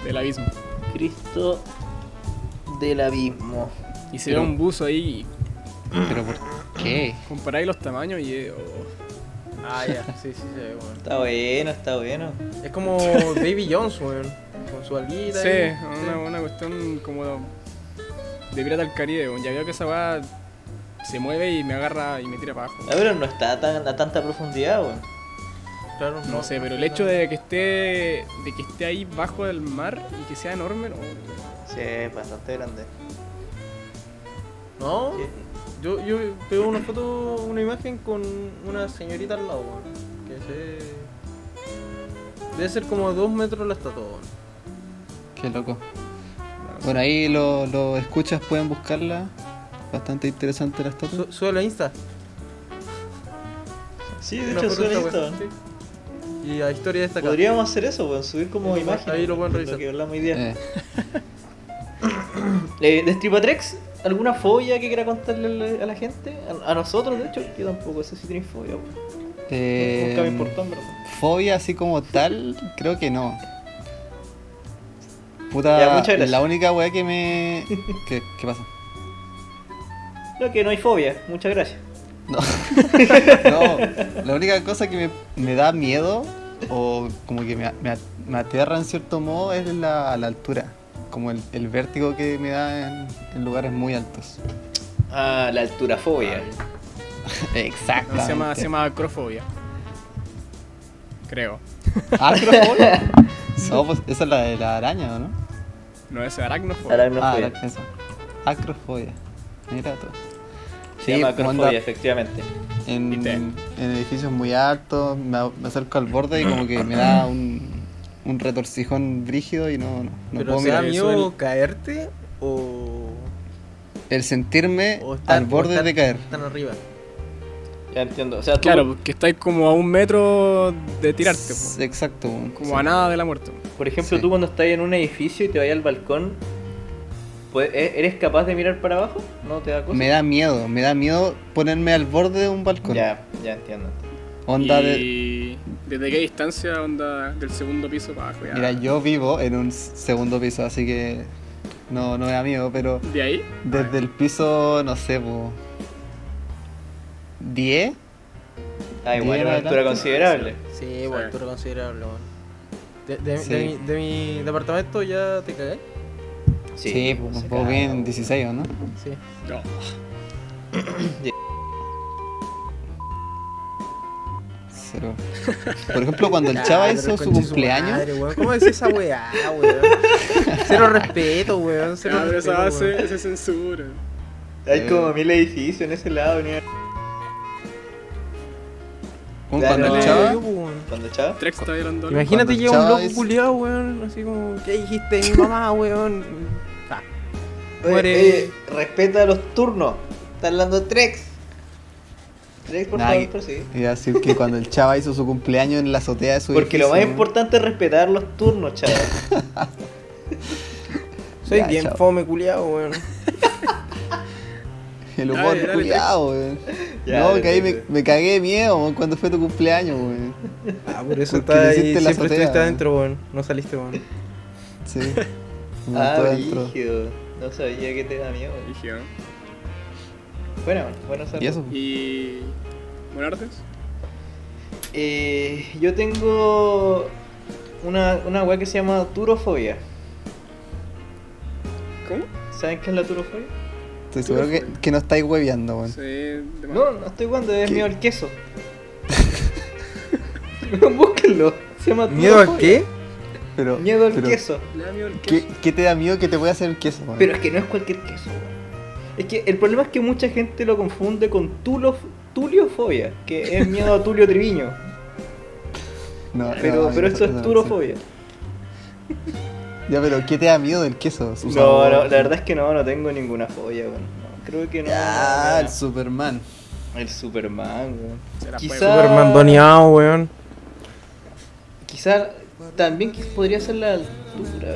Del abismo. Cristo del abismo. Y se ve un buzo ahí y Pero ¿por qué? comparáis los tamaños y. eh, oh. Ah, [LAUGHS] ya, sí, sí, se ve, weón. Está bueno, está bueno. Es como Baby Jones, weón, con su Sí, alguita. ahí, una, una cuestión como de pirata al Caribe. weón. Ya veo que esa va se mueve y me agarra y me tira para abajo. Ah, pero no está tan, a tanta profundidad, weón. Claro, No sé, pero el hecho de que esté de que esté ahí bajo del mar y que sea enorme, no. Sí, es bastante grande. No, yo, yo veo una foto, una imagen con una señorita al lado, weón. Que se. Debe ser como dos metros la estatua, weón. Qué loco. Bueno, ahí los los escuchas pueden buscarla. Bastante interesante la estatua. Su- sube la Insta Sí, de Una hecho foto sube de esta esto. weá, sí. y la historia destacada. Podríamos hacer eso, weón, subir como Ahí lo- imágenes. ahí lo pueden revisar. que hablamos hoy día. Eh, Eh, de Stripatrex, ¿alguna fobia que quiera contarle a la- a la gente? A, a nosotros, de hecho, yo tampoco sé si tienen fobia, weón. eh, Nunca me importó, en verdad. Fobia así como tal, creo que no. Ya, Puta, muchas gracias. la única weá [LAUGHS] que me. ¿Qué, qué pasa? Creo que no hay fobia, muchas gracias. No. no, la única cosa que me, me da miedo o como que me, me- me aterra en cierto modo es la, la altura. Como el, el vértigo que me da en, en lugares muy altos. Ah, la alturafobia. Exacto. No, se llama, se llama acrofobia. Creo. [LAUGHS] ¿Acrofobia? No, pues esa es la de la araña, ¿o no? No es aracnofobia. Ah, Aracnofobia. la- esa. Acrofobia. Mira tú. Se Sí, llama onda, acrofobia, efectivamente. en, ¿Viste? en edificios muy altos, me, a- me acerco al borde y como que me da un, un retorcijón brígido y no, no, no Pero puedo ¿se da mirar. mirar, miedo sube caerte o, El sentirme o estar- al o borde estar de caer. Tan arriba. Ya entiendo. O sea, tú- Claro, que estáis como a un metro de tirarte, po. S- Exacto. weón. como Sí. a nada de la muerte. po. por ejemplo, Sí. tú cuando estás en un edificio y te vas al balcón, pues, ¿e- ¿eres capaz de mirar para abajo? ¿No te da cosa? Me da miedo, me da miedo ponerme al borde de un balcón. Ya, ya entiendo. Onda de, Y... ¿Desde qué distancia onda del segundo piso para abajo? Ya. Mira, yo vivo en un s- segundo piso, así que no, no es amigo, pero ¿De ahí? desde el piso, no sé, po, 10. Ah, igual Bien una altura adelante. considerable. Sí, Sí. bueno, altura considerable, weón. De, de- Sí. de mi, de mi departamento ya te cagáis. Sí, pues, sí po, se vos caga, vivís en weón. 16, ¿o ¿no? Sí. No. Cero. Por ejemplo, cuando el Chava Ah, pero hizo su conche cumpleaños, madre, weón. ¿Cómo decís esa weá, weón? [LAUGHS] Cero respeto, weón. Cero Claro, respeto, [LAUGHS] esa base, weón. esa censura. Hay como mil edificios en ese lado, ni- como Ya, cuando no, el dale. Chava, Yo, weón. cuando echaba. Trex está hablando. Imagínate Cuando llega un Chava loco es- culiado, weón. Así como, ¿qué dijiste de mi mamá, weón? Ah. Oye, Muere. oye, respeta los turnos. Está hablando Trex. Trex, por Nada, favor, que- prosigue. iba a decir que cuando el Chava hizo su cumpleaños en la azotea de su Porque lo edificio, más ¿no? importante es respetar los turnos, chaval. Soy Ya, bien chao. fome culiado, weón. El Dale, humor dale, culiado, weón. [LAUGHS] Ya, No, dale, que ahí me, dale. me cagué de miedo weón, cuando fue tu cumpleaños, weón. Ah, por eso Porque está le ahí. hiciste Siempre la azotea, estuviste weón. adentro, weón. No saliste, weón. Sí. [LAUGHS] Me Ah, mató adentro. brígido. No sabía que te da miedo. Brígido. Bueno, bueno, ¿Y eso? ¿Y. Monartes? Eh, yo tengo una, una weá que se llama turofobia. ¿Cómo? ¿Saben qué es la turofobia? Estoy seguro que, fue. que no estáis hueveando, weón. Sí, de más. No, no estoy jugando, es ¿Qué? miedo al [LAUGHS] queso. [LAUGHS] Búsquenlo. Se llama ¿Miedo a turofobia. qué? Pero, Miedo al pero, queso. Le da miedo el ¿qué, queso. qué te da miedo que te voy a hacer el queso, weón? Pero es que no es cualquier queso, weón. Es que el problema es que mucha gente lo confunde con tulo, tuliofobia, que es miedo a Tulio [LAUGHS] Triviño. Ah, No, Pero, no, pero no, esto no, es sí. turofobia. Ya, pero ¿qué te da miedo del queso? Susan? No, no, la verdad es que no, no tengo ninguna fobia, weón. No, creo que no. Ah, no, el Superman. no. el Superman, Se weón. la Quizá, juega. Superman doneado, weón. Quizá también quiz- podría ser la altura.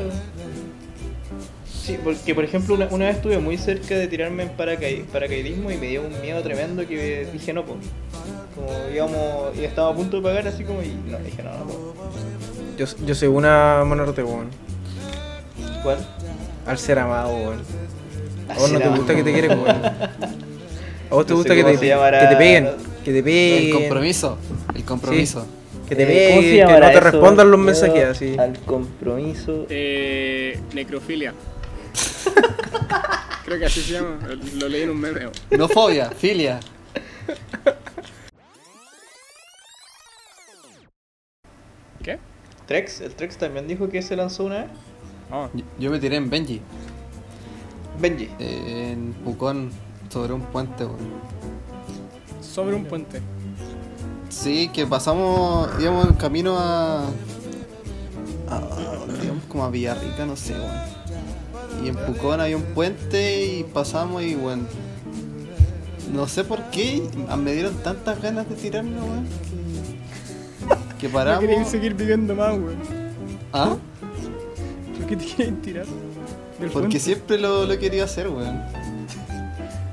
Sí, porque por ejemplo una, una vez estuve muy cerca de tirarme en paracaid- paracaidismo y me dio un miedo tremendo que dije no, pues. Como íbamos, y estaba a punto de pagar así como y no, dije no, no, po". Yo, yo soy una monarte, weón. ¿Cuál? Al ser amado, weón. A Ah, vos no te será. gusta que te quieren, weón. A vos te No gusta sé que cómo te, se llamará. que te peguen. Que te El peguen. compromiso. El compromiso. Que te Eh, ¿cómo se peguen. Que llamará no te eso? respondan los Miedo mensajes así. Al compromiso. Eh, [LAUGHS] necrofilia. Creo que así se llama. Lo leí en un meme. No fobia, filia. ¿Qué? Trex, el Trex también dijo que se lanzó una vez. Ah, Yo- Yo me tiré en Benji, Benji. eh, en Pucón, sobre un puente, weón. sobre un puente. Sí, que pasamos, íbamos en camino a. a dónde íbamos? como a Villarrica, no sé, weón. Y en Pucón había un puente y pasamos y, weón. No sé por qué a- me dieron tantas ganas de tirarme, weón. [LAUGHS] que- Que No paramos. queréis seguir viviendo más, weón. ¿Ah? ¿Por qué te queréis tirar? Del Porque puente? siempre lo, lo he querido hacer, weón.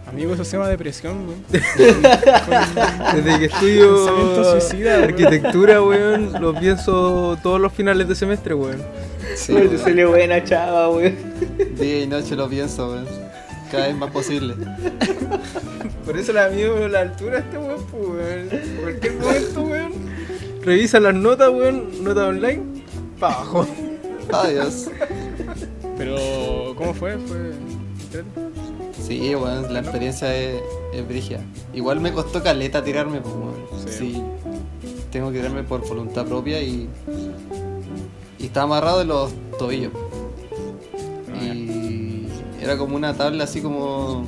Amigo, eso se llama depresión, weón. Desde [LAUGHS] que Pensamiento estudio suicida, weón. arquitectura, weón, lo pienso todos los finales de semestre, weón. [LAUGHS] [LAUGHS] Sí, Uy, te weón. salió buena chava, weón. Día y noche lo pienso, weón. Cada vez más posible. Por eso la mido la altura a este weón, pues, weón. En Cualquier momento, weón. Revisa las notas, weón. Nota online. Pa' abajo. Adiós. Pero, ¿cómo fue? ¿Fue entrete? Sí, weón, la experiencia es, es brigia. Igual me costó caleta tirarme, pues, weón. Sí. Sí. Tengo que tirarme por voluntad propia y. Y estaba amarrado de los tobillos. Ah, Y. Era como una tabla así como.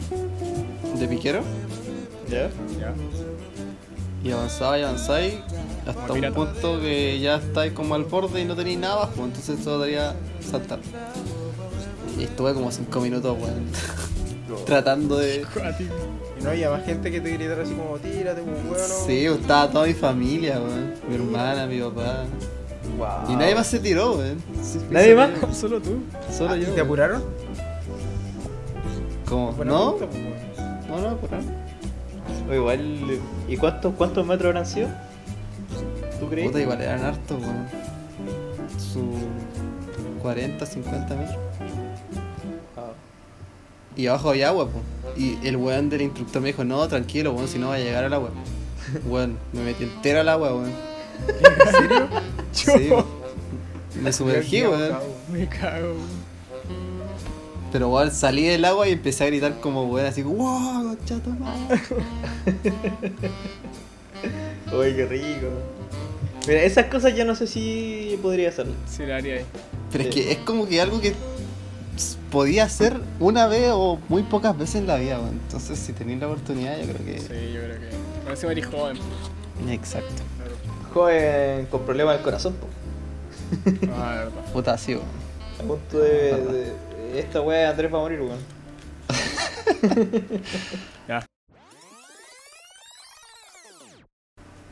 de piquero. ¿Ya? Ya. [LAUGHS] Y avanzaba y avanzaba y hasta Como un pirata. punto que ya estáis como al borde y no tenéis nada abajo, pues, entonces solo daría saltar. Y estuve como 5 minutos, weón. [LAUGHS] Tratando de. Cuático. Y no había más gente que te gritara así como, tírate, weón. Sí, estaba toda mi familia, weón. Mi hermana, mi papá. Wow. Y nadie más se tiró, weón. Ah. Sí, ¿Nadie más? Solo tú. Solo yo. Ah, ¿Te weón. apuraron? ¿Cómo? Buena ¿No? pregunta, pues, weón. No, no, apuraron. O igual. ¿Y cuántos, cuántos metros habrán sido? ¿Tú crees? Puta, igual eran hartos, weón. Su 40, 50 metros. Ah. Y abajo había agua, po. Y el weón del instructor me dijo, no, tranquilo, weón, si no va a llegar al agua. Weón, me metí entera al agua, weón. ¿En serio? [LAUGHS] Sí, po. Me sumergí, weón. Oh, Me cago. Pero weón, salí del agua y empecé a gritar como weón, así, wow, chato, madre. Uy, qué rico. Mira, esas cosas yo no sé si podría hacerlas. Sí, la haría ahí. Pero es Sí. que es como que algo que s- podía hacer una vez o muy pocas veces en la vida, weón. Entonces, si tenéis la oportunidad, yo creo que. Sí, yo creo que. Ahora se eres joven. Exacto. Claro. Joven con problemas del corazón, po. Ah, de verdad. Puta, sí, weón. A punto de, de- de- Esta wea Andrés va a morir, weón. Ya.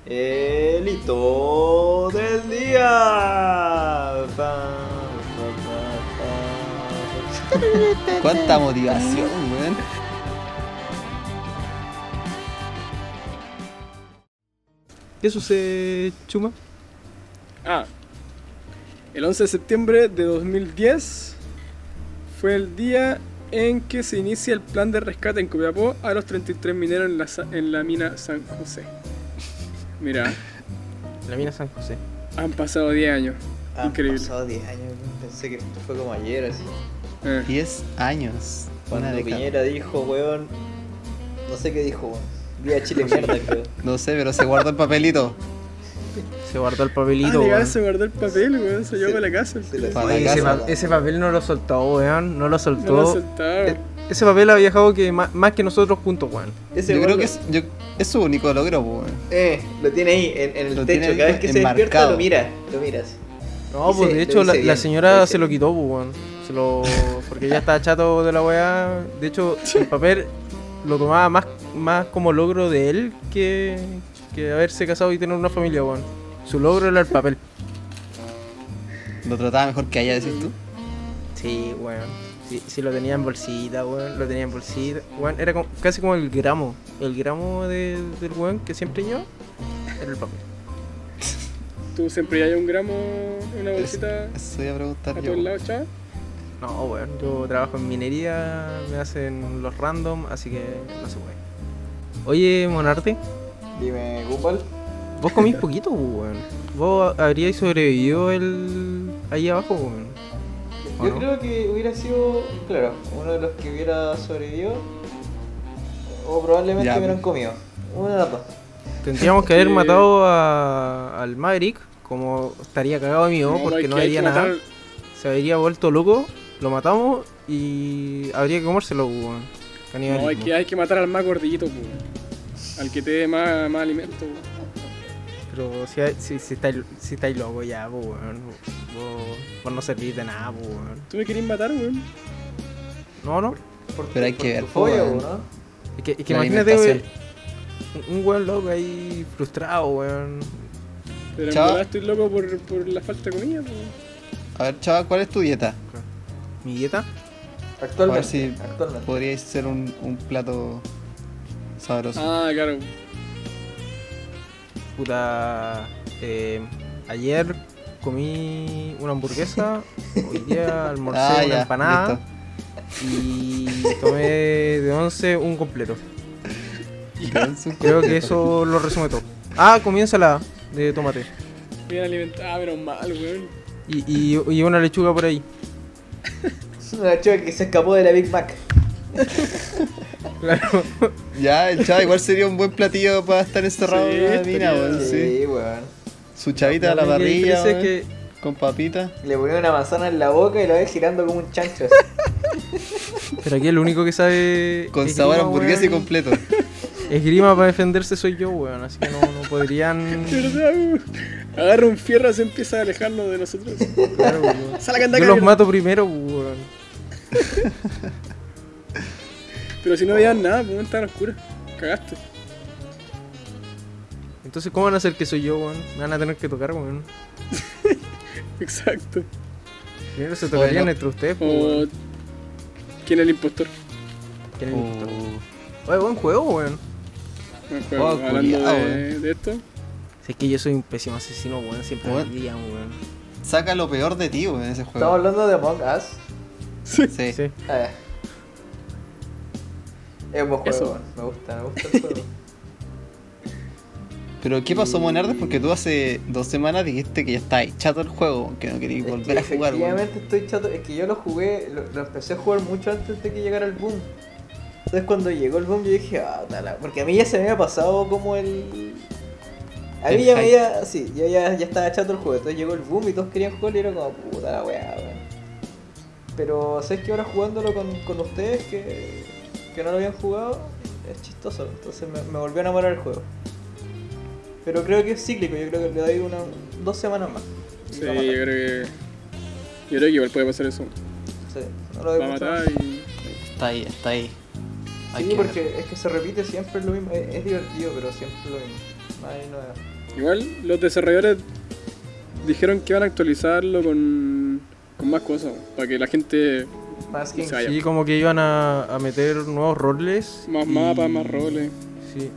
El hito Eh, del día. Pa, pa, pa, pa. Cuánta motivación, weón. ¿Qué sucede, Chuma? Ah, el 11 de septiembre de 2010 fue el día en que se inicia el plan de rescate en Copiapó a los 33 mineros en la, sa- en la mina San José. Mira, La mina San José. han pasado 10 años. Han Increíble. pasado 10 años, weón. pensé que esto fue como ayer, así. Eh, 10 años. Una Cuando década. Piñera dijo, weón. No sé qué dijo, weón. [LAUGHS] Viva Chile, mierda, creo. No sé, pero se guarda [LAUGHS] el papelito. Se guardó el ah, papelito, legal, weón. se guardó el papel, weón, se llevó Se- a la casa. el se culo. la- Para Oye, la ese, casa. pa- ese papel no lo soltó, weón. No lo soltó. No lo soltaba. E- ese papel había viajado que ma- más, que nosotros juntos, weón. Ese Yo weón creo lo- que es, yo- es su único logro, weón. Eh, lo tiene ahí, en, en el Lo tiene techo. ahí Cada vez que se despierta enmarcado. lo mira, lo miras. No, Dice- pues lo de hecho la, la dice bien, lo señora dice se lo bien. quitó, pues, weón. Se lo. Porque ya estaba chato de la weá. De hecho, el papel lo tomaba más, más como logro de él que, que haberse casado y tener una familia, weón. Su logro era el papel. Lo trataba mejor que allá, decís tú. Sí, weón. Sí, sí, lo tenía en bolsita, weón. Lo tenía en bolsita. Weón, era como- casi como el gramo. El gramo de- del weón que siempre lleva era el papel. ¿Tú siempre hay un gramo, una bolsita Eso, eso voy a a preguntar yo. todos lados, chaval? No, weón. Yo trabajo en minería, me hacen los random, así que no se puede. Oye, Monarte, Dime, Gupal. vos comís poquito, [LAUGHS] weón. Vos habríais sobrevivido el... ahí abajo, weón. ¿O Yo no? creo que hubiera sido, claro, uno de los que hubiera sobrevivido. O probablemente Ya, hubieran pues. comido. Una de las dos. Tendríamos que haber Sí. matado a- al Maverick, como estaría cagado de miedo porque hay no que- hay haría que nada. matar- se habría vuelto loco, lo matamos y habría que comérselo, No, weón. Canibalismo. hay que, hay que matar al más gordillito, pues. Al que te dé más, más alimento, pues. Pero si, hay- si, si estáis, si estáis locos ya, po, weón. Vos, vos no servís de nada, po, weón. ¿Tú me querés matar, weón? No, no. Por Pero hay por que tu ver, fobia, pues, ¿no? Es que, es que La imagínate, weón, alimentación. un- un weón loco ahí frustrado, weón. Pero en Chao. verdad estoy loco por, por la falta de comida, pues. A ver, chaval, ¿cuál es tu dieta? Mi dieta, A ver Actualmente. si Actualmente. podríais ser un, un plato sabroso. Ah, claro. puta. eh, ayer comí una [LAUGHS] hamburguesa, hoy día almorcé una empanada. Ah, listo. y tomé de 11 un completo. Dense un Creo que completo. eso lo resume todo. Ah, comí ensalada de tomate. Bien alimentada, menos mal, weón. Y, y- y una lechuga por ahí. Es una chica que se escapó de la Big Mac. [LAUGHS] Claro. Ya, el chavo igual sería un buen platillo para estar encerrado Sí, en una estaría- mina, weón. Sí. weón. Su chavita a la Lo que hay que parrilla, decir weón, es con papita. Le ponía una manzana en la boca y lo ves girando como un chancho. así. que- Pero aquí el único que sabe. Con esgrima, sabor a hamburguesa y weón, completo. Esgrima para defenderse soy yo, weón. Así que no, no podrían. [LAUGHS] De verdad, weón. Agarra un fierro, se empieza a alejarnos de nosotros. Claro, weón. Sala que anda Yo los cabrón. mato primero, weón. Pero si no veían nada, pues estaban oscuras. Cagaste. Entonces, ¿cómo van a hacer que soy yo, weón? Me van a tener que tocar, weón. Exacto. Primero se tocarían Bueno. entre ustedes, po, O. weón. ¿Quién es el impostor? ¿Quién es el impostor? Oh. Oye, buen juego, weón. Buen juego. Oh, Hablando culiao, eh. de, weón. de esto. Si es que yo soy un pésimo asesino, weón. Siempre me Weón. guían, weón. Saca lo peor de ti, weón, en ese Estamos juego. hablando de Among Us. Sí. Sí. Eh. Es un buen juego, Eso. weón. me gusta, me gusta el juego. Pero ¿qué pasó, Monardes? Porque tú hace dos semanas dijiste que ya está ahí, chato el juego, que no querías Es que volver a jugar, weón. Efectivamente estoy chato, es que yo lo jugué, lo, lo empecé a jugar mucho antes de que llegara el boom. Entonces cuando llegó el boom yo dije, ah, tala, porque a mí ya se me había pasado como el... A mí El ya me hype. había, sí, yo ya, ya estaba chato el juego, entonces llegó el boom y todos querían jugar y era como, puta la weá, weón. Pero sabes que ahora jugándolo con, con ustedes que, que no lo habían jugado, es chistoso, entonces me, me volvió a enamorar el juego. Pero creo que es cíclico, yo creo que le doy una, dos semanas más. y Sí, yo lo va a matar. creo que. Yo creo que igual puede pasar eso. Sí, no lo Va doy a mucho matar más. y. Está ahí, está ahí. Hay Sí, que ver. porque es que se repite siempre lo mismo. Es, es divertido, pero siempre lo mismo. No hay novedad. Igual los desarrolladores dijeron que van a actualizarlo con, con más cosas, para que la gente Más que se vaya. Sí, como que iban a, a meter nuevos roles. Más y- mapas, más roles. Sí.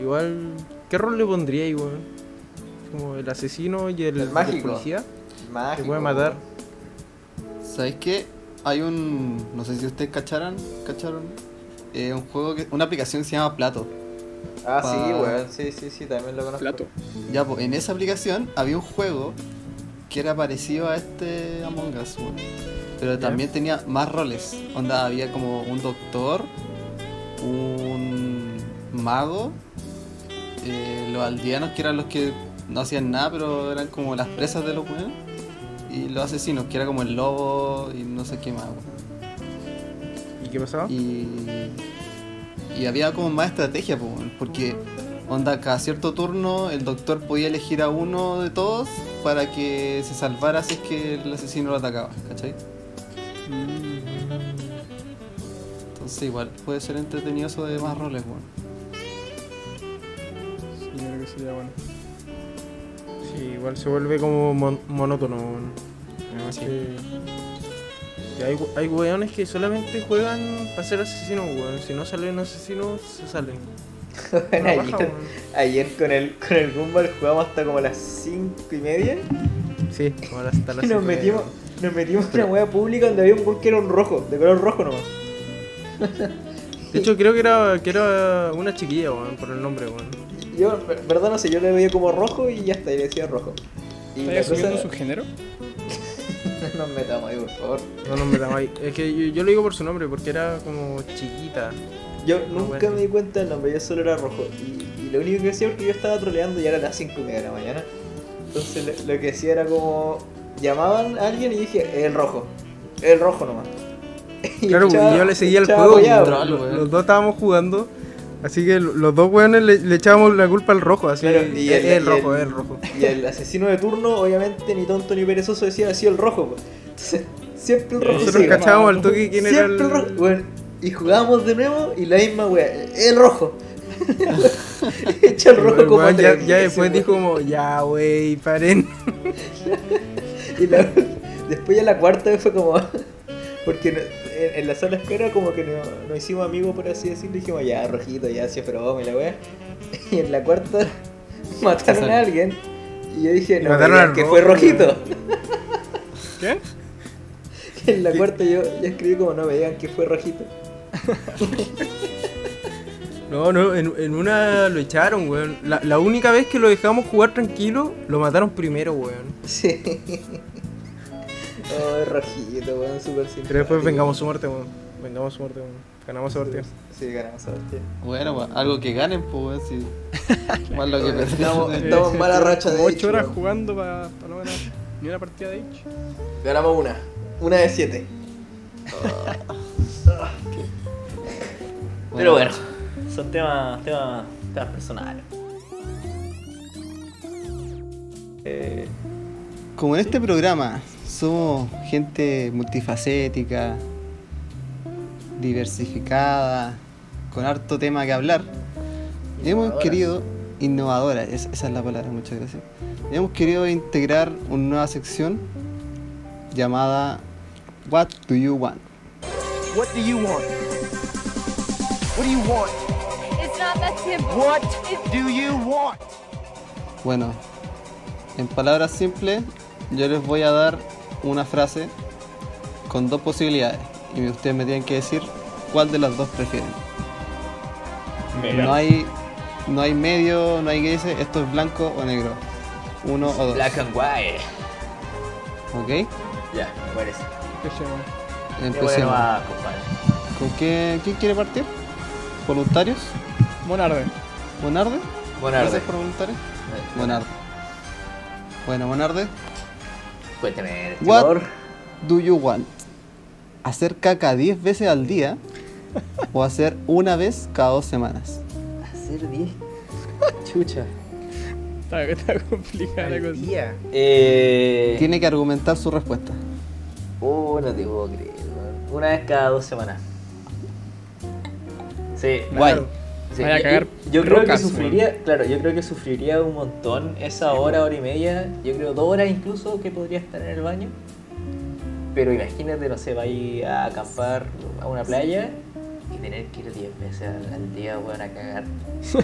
Igual, ¿qué rol le pondría ahí, weón? Como el asesino y el, El mágico. policía. mágico. Te puede matar. ¿Sabéis qué? Hay un. No sé si ustedes cacharan. ¿Cacharon? Eh, un juego que. Una aplicación que se llama Plato. Ah, sí, Pa- weón. Sí, sí, sí, también lo conozco. Plato. Ya, pues en esa aplicación había un juego que era parecido a este Among Us, weón. Pero Ya. también tenía más roles. Onda, había como un doctor, un mago, eh, los aldeanos que eran los que no hacían nada, pero eran como las presas de los weones. Y los asesinos, que era como el lobo y no sé qué más, weón. ¿Y qué pasaba? Y, y había como más estrategia, po, weón, porque onda, cada cierto turno el doctor podía elegir a uno de todos para que se salvara si es que el asesino lo atacaba, ¿cachai? Entonces igual puede ser entretenido eso de más roles, weón. Sí, creo que sería bueno. Sí, igual se vuelve como mon- monótono, weón. Además Ah, Sí. que- que hay, hay weones que solamente juegan para ser asesinos, weón. Si no salen asesinos, se [LAUGHS] salen. Weón, Una paja, [LAUGHS] ayer, weón. ayer con el, con el Gumball jugamos hasta como las 5 y media. Sí, ahora hasta las Y [LAUGHS] nos cinco y media, metimos, nos metimos en una hueá pública donde había un weón que era un rojo, de color rojo nomás. weón. De hecho, creo que era, que era una chiquilla, weón, por el nombre, weón. Yo, ver- verdad, no sé, yo le veía como rojo y ya está, y le decía rojo. Y la ¿Estás asumiendo cosa- su género? No [LAUGHS] nos metamos ahí, por favor. No, no me da ahí. Es que yo, yo lo digo por su nombre, porque era como chiquita. Yo No, nunca bueno. me di cuenta del nombre, yo solo era rojo. Y, y lo único que hacía porque yo estaba troleando y era las 5 y media de la mañana. Entonces lo, lo que hacía era como. Llamaban a alguien y dije, el rojo. El rojo nomás. [LAUGHS] Y Claro, echaba- porque yo le seguía el echaba juego. apoyado. weón. Los, los dos estábamos jugando. Así que lo- los dos weones le, le echábamos la culpa al rojo, así. Claro, y y el, el- y rojo, eh, el- el rojo. Y el asesino de turno, obviamente, ni tonto ni perezoso decía, así el rojo. pues. Entonces, siempre el rojo. Nosotros sigue. cachábamos al toque quién siempre era el. el rojo. Bueno, y jugábamos de nuevo y la misma wea, el rojo. [LAUGHS] Echa el el rojo como weón ya, tres ya veces, después weón. dijo como, ya wey, [LAUGHS] paren. Y la- [LAUGHS] después ya la cuarta vez fue como... [LAUGHS] Porque no- en, en la sala de espera como que no- nos hicimos amigos, por así decirlo, y dijimos, ya, rojito, ya, sí, pero me la weá. [LAUGHS] Y en la cuarta [LAUGHS] mataron Pasaron. a alguien. Y yo dije, Y no, mataron mira, al que rojo, fue rojito. ¿Qué? [LAUGHS] Y en la cuarta yo, yo escribí como, no me digan que fue rojito. [LAUGHS] No, no, en, en una lo echaron, weón. La, la única vez que lo dejamos jugar tranquilo, lo mataron primero, weón. Sí. Oh, rojito, weón, súper simple. Pero después vengamos su muerte, weón. Vengamos su muerte, weón. Ganamos su muerte. Sí, ganamos a Sebastián. Bueno, weón, algo que ganen, pues, weón, [LAUGHS] si- Más lo que Estamos- perdemos. [LAUGHS] estamos en mala racha de Eh, Como ocho Age, horas weón. jugando para no ganar ni una partida de Age. Ganamos una. Una de siete. Pero bueno, Son temas, temas, temas personales. Eh, Como en este programa somos gente multifacética, diversificada, con harto tema que hablar, hemos Innovadora. querido, innovadora, es- esa es la palabra, muchas gracias, hemos querido integrar una nueva sección llamada What Do You Want? What do you want? What do you want? It's not that simple. What do you want? Bueno, en palabras simples, yo les voy a dar una frase con dos posibilidades y ustedes me tienen que decir cuál de las dos prefieren. Mega. No hay, no hay medio, no hay que dice esto es blanco o negro. Uno o dos. Black and white. ¿Ok? Ya, me parece. Qué bueno ah. Empecemos. va, compadre. ¿Con qué, quién quiere partir? ¿Voluntarios? Monarde. ¿Bonarde? Buenas ¿Gracias tardes. por voluntarios? Bonarde. Bueno, Bonarde, Cuénteme, What? favor. do you want? ¿Hacer caca 10 veces al día o hacer una vez cada dos semanas? Hacer 10. Chucha. Está, está complicada la Al cosa. día. Eh. Tiene que argumentar su respuesta. Oh, no te puedo creer, weón. Una vez cada dos semanas. Sí, Guay. Claro. Sí, Vaya a yo- cagar yo creo que rocas, sufriría, claro, yo creo que sufriría un montón esa hora, hora y media, yo creo dos horas incluso que podría estar en el baño. Pero imagínate, no sé, va ahí a acampar a una playa y tener que ir 10 veces al, al día, weón, a cagar. Sí,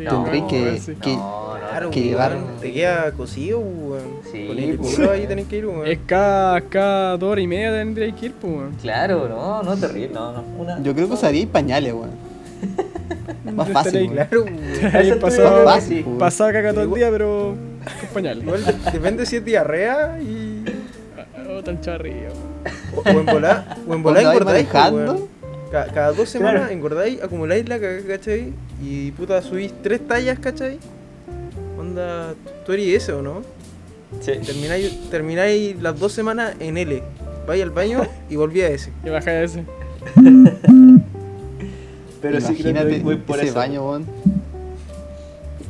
No, weón, que- sí. Que- No, no, Claro, no. que weón, llevar- Te queda cocido, weón. Sí, Con el pues. culo ahí tenés que ir, weón. Es cada, cada dos horas y media tendría que ir, pues, [LAUGHS] weón. Claro, no, no terrible, no, no. Una, Yo creo que usaría pañales, weón. Más Yo fácil, estaría Claro, weón. weón. Ahí Eso te pasaba- digo que Fácil, sí. weón. Pasaba caca todo el día, pero con Igual pañales. de- depende si es diarrea y. Oh, tan charrillo. O, o en volá, o en volá Cuando vais engordáis, po, manejando. weón. Ca- Cada, dos semanas Claro. engordáis, acumuláis la caca, ¿cachai? Y puta, subís tres tallas, ¿cachai? Onda, tú eres ese o no? Sí. Termináis, termináis las dos semanas en L. Vais al baño y volví a [LAUGHS] ese. Y baja ese. Pero sí creo Imagínate que voy por ese eso. baño, weón.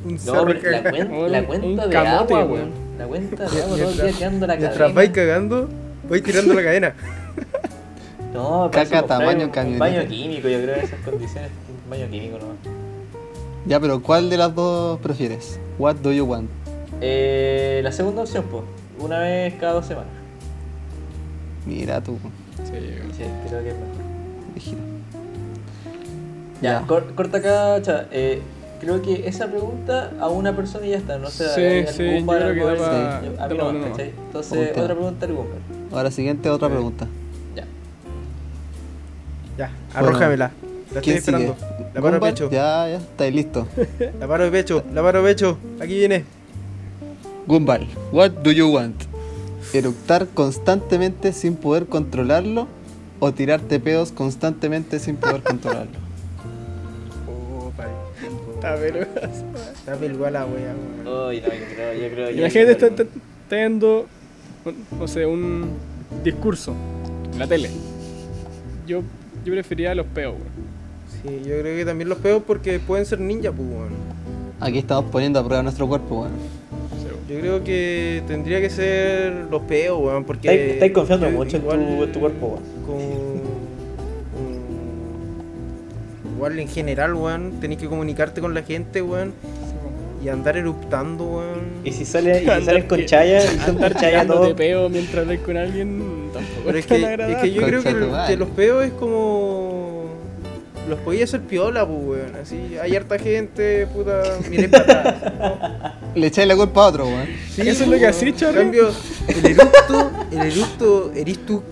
Un No, cerro pero la, caca. cuen- Weón, la un- cuenta un de camote, agua, weón. weón. La cuenta de agua todo el día Mientras- tirando la Mientras vais cadena. cagando, vais tirando la cadena. No, Caca parece comprar tamaño un- un camioneta. baño químico, yo creo en esas condiciones. Un baño químico nomás. Ya, pero ¿cuál de las dos prefieres? What do you want? Eh, la segunda opción, pues. Una vez cada dos semanas. Mira tú, Sí, weón. Sí, creo que es mejor. Brígido. Ya, Ya. cor- corta acá, chava. Eh, creo que esa pregunta a una persona y ya está. No se Sí, hay sí, algún yo bar, creo que algo da así. pa- A mí da pa no, uno ¿cachai? nomás. Entonces, Pregunta. otra pregunta al Google. Ahora siguiente, otra Ok. pregunta. Ya. Ya, Bueno, arrójamela. La estoy ¿Quién sigue? esperando. La paro de ¿Gumbar? pecho. Ya, ya, estáis listo. La paro de pecho. La paro de pecho. Aquí viene. Gumball, what do you want? ¿Eructar constantemente sin poder controlarlo o tirarte pedos constantemente sin poder controlarlo? Oh, padre. Está pero. Está pelúa la wea, weón. Ay, no, yo creo, yo creo. yo- Imagínate estar estar teniendo, no sé, un discurso en la tele. Yo, yo prefería los peos, [LAUGHS] weón. Sí, yo creo que también los peos porque pueden ser ninja, pues, weón. [LAUGHS] Aquí estamos poniendo a prueba nuestro cuerpo, weón. Sí, weón. Yo creo que tendría que ser los peos, weón, porque... Estáis estáis confiando yo mucho en tu, igual en tu cuerpo, weón. Con... con- Igual en general, weón, tenés que comunicarte con la gente, weón, y andar eruptando, weón. Y si sales, y si Andar sales con que- chaya, y son con chaya Tirándote todo. peo mientras andas con alguien tampoco Pero [LAUGHS] es tan que, es que yo creo que, Concha tu el- madre. que los peos es como... Los podía hacer piola, pues, weón, así, hay harta gente, puta, miré para atrás, ¿no? Le echáis la culpa a otro, [LAUGHS] weón. Sí, Eso es lo que weón. hacía, Charly. En cambio, el eructo, el eructo, eres tú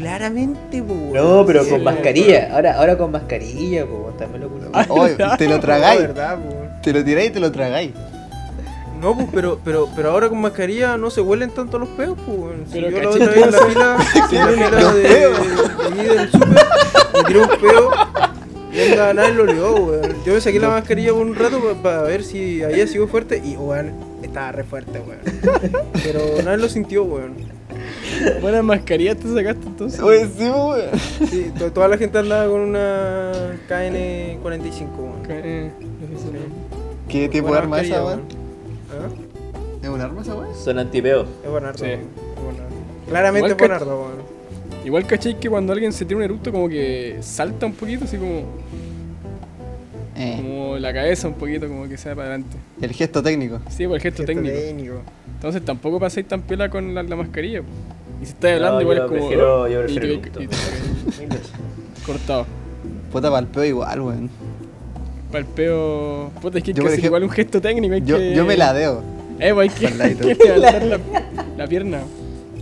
claramente, po, weón. No, pero Sí, con weón. mascarilla. Ahora, ahora con mascarilla, pues también lo culo. Oye, te lo tragáis. No, verdad, po, weón. Te lo tiráis y te lo tragáis. No, pues, pero, pero, pero ahora con mascarilla no se huelen tanto los peos, pues, weón. Si Pero yo la cachai, otra vez en la [LAUGHS] fila, en la fila de, de mí del súper, me tiré un peo y anda, nadie lo olió, weón. Yo me saqué la mascarilla por un rato para ver si había sido fuerte y, weón, estaba re fuerte, weón. Pero nadie lo sintió, weón. Buenas mascarillas te sacaste entonces. Oye, sí, weón. Sí, to- toda la gente andaba con una KN45, weón. Eh, no sé si no. ¿Qué tipo de Buena arma es esa, mascarilla, weón? weón. ¿Es un arma esa, weón? Son antipeos. ¿Ah? Es Bonardo. Sí. weón. Es Bonardo. Claramente Igual es que- Bonardo, weón. Igual caché que cuando alguien se tira un eructo como que salta un poquito, así como, Eh, como la cabeza un poquito, como que se va para adelante. el gesto técnico. Sí, por el gesto, Gesto técnico. técnico. Entonces tampoco paséis tan piola con la, la mascarilla. po. Y si estás No, hablando igual yo es como... "Oh", prefiero- yo y prefiero te- el eructo. y [LAUGHS] te- Cortado. Puta pa'l peo igual, weón. Palpeo. Puta, es que hay que Yo, por hacer ejemplo- igual un gesto técnico. hay Yo, que- yo me la deo. [LAUGHS] Eh, pues hay que, hay Paladito. que levantar la, la pierna.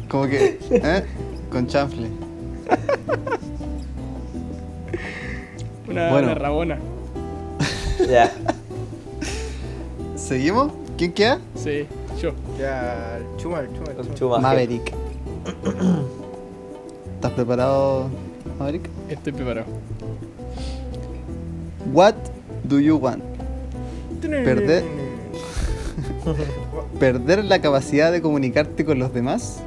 Como que, ¿eh? Con chanfle. Una, Bueno. una rabona. Ya. ¿Seguimos? ¿Quién queda? Sí, yo. Ya, chumal, chumal. Con chumal. chumaje. Maverick. ¿Estás preparado, Maverick? Estoy preparado. What do you want? Este Perder- ¿Perder la capacidad de comunicarte con los demás?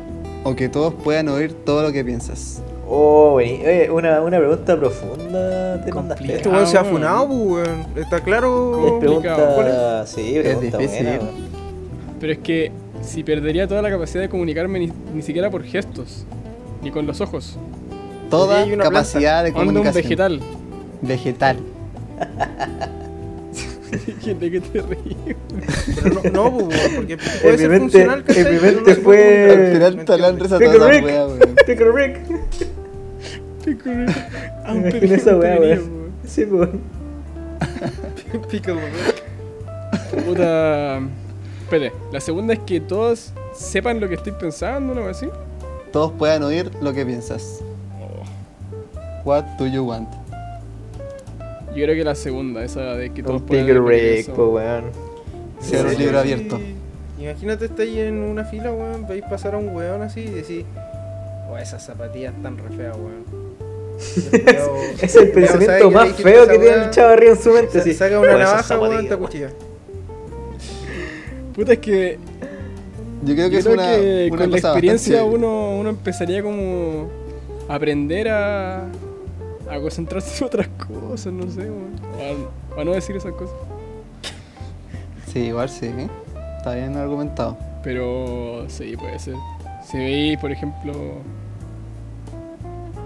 ¿O que todos puedan oír todo lo que piensas? Oh, buení- Oye, una, una pregunta profunda te mandaste. Este weón se ha Ah, weón. funado, pues, weón. Está claro. Es Este pregunta. complicado. Sí, pregunta difícil. buena, weón. Pero es que si perdería toda la capacidad de comunicarme ni, ni siquiera por gestos, ni con los ojos. Toda hay una capacidad de Ando un comunicación. vegetal. [LAUGHS] Vegetal. ¿De qué te reí? Pero no, no, pues, weón, porque puede En mi ser mente- funcional, ¿cachai? en mi Pero no mente se fue- Eh, puede comunicar, Al ¿me final entiendes? talán reza Pick a toda esa Rick. wea, weón. Pick a Rick. Te [LAUGHS] corrí. Ah, un Me pequeño imagino esa weá, peligro, weón. Sí, weón. Pickle, weón. weón. Puta. Espérate, la segunda es que todos sepan lo que estoy pensando, ¿no? Así. Todos puedan oír lo que piensas. What do you want? Yo creo que la segunda, esa de que todos Un pick a ver lo que Rick, pienso. po, [LAUGHS] weón. Si era un Sí. libro abierto. Imagínate estáis en una fila, weón, veis pasar a un weón así y decís, oh, esas zapatillas tan re feas, [LAUGHS] weón. Y el culiao- Es el culiao sabe pensamiento le más dijiste feo esa que tiene weá, el chavo arriba en su mente. sa- así. Saca una Oh, esas navaja, weón, te zapatillas, cuchilla. Puta, es que Yo creo que Yo es creo una, que una con la cosa experiencia bastante- uno, uno empezaría como a aprender a, a concentrarse [LAUGHS] en otras cosas, no sé, weón. o a, o a no decir esas cosas. Sí, igual sí, ¿eh? Está bien argumentado. Pero sí, puede ser. Si veis, por ejemplo...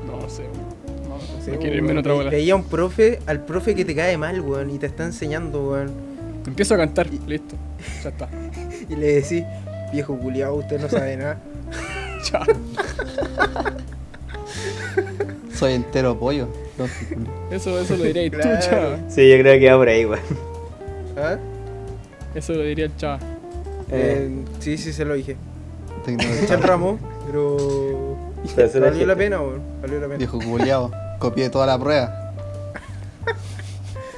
No sé, weón. no, no, sé, no quiero irme en otra Ve- bola. Veía a un profe, al profe que te cae mal, weón, y te está enseñando, weón. Empiezo a cantar, listo. Ya está. [LAUGHS] Y le decís, viejo culiao, usted no sabe [LAUGHS] nada. Chao. Soy entero pollo. No, Eso, eso lo diría tú, Claro. chava. Sí, yo creo que va por ahí, weón. ¿Ah? Eso lo diría el chava. Eh, [LAUGHS] Eh, sí, sí, se lo dije. tecnología. Echa el ramo, pero. pero se la Valió la gente. pena, weón. Valió la pena. Viejo culiao. Copié toda la prueba.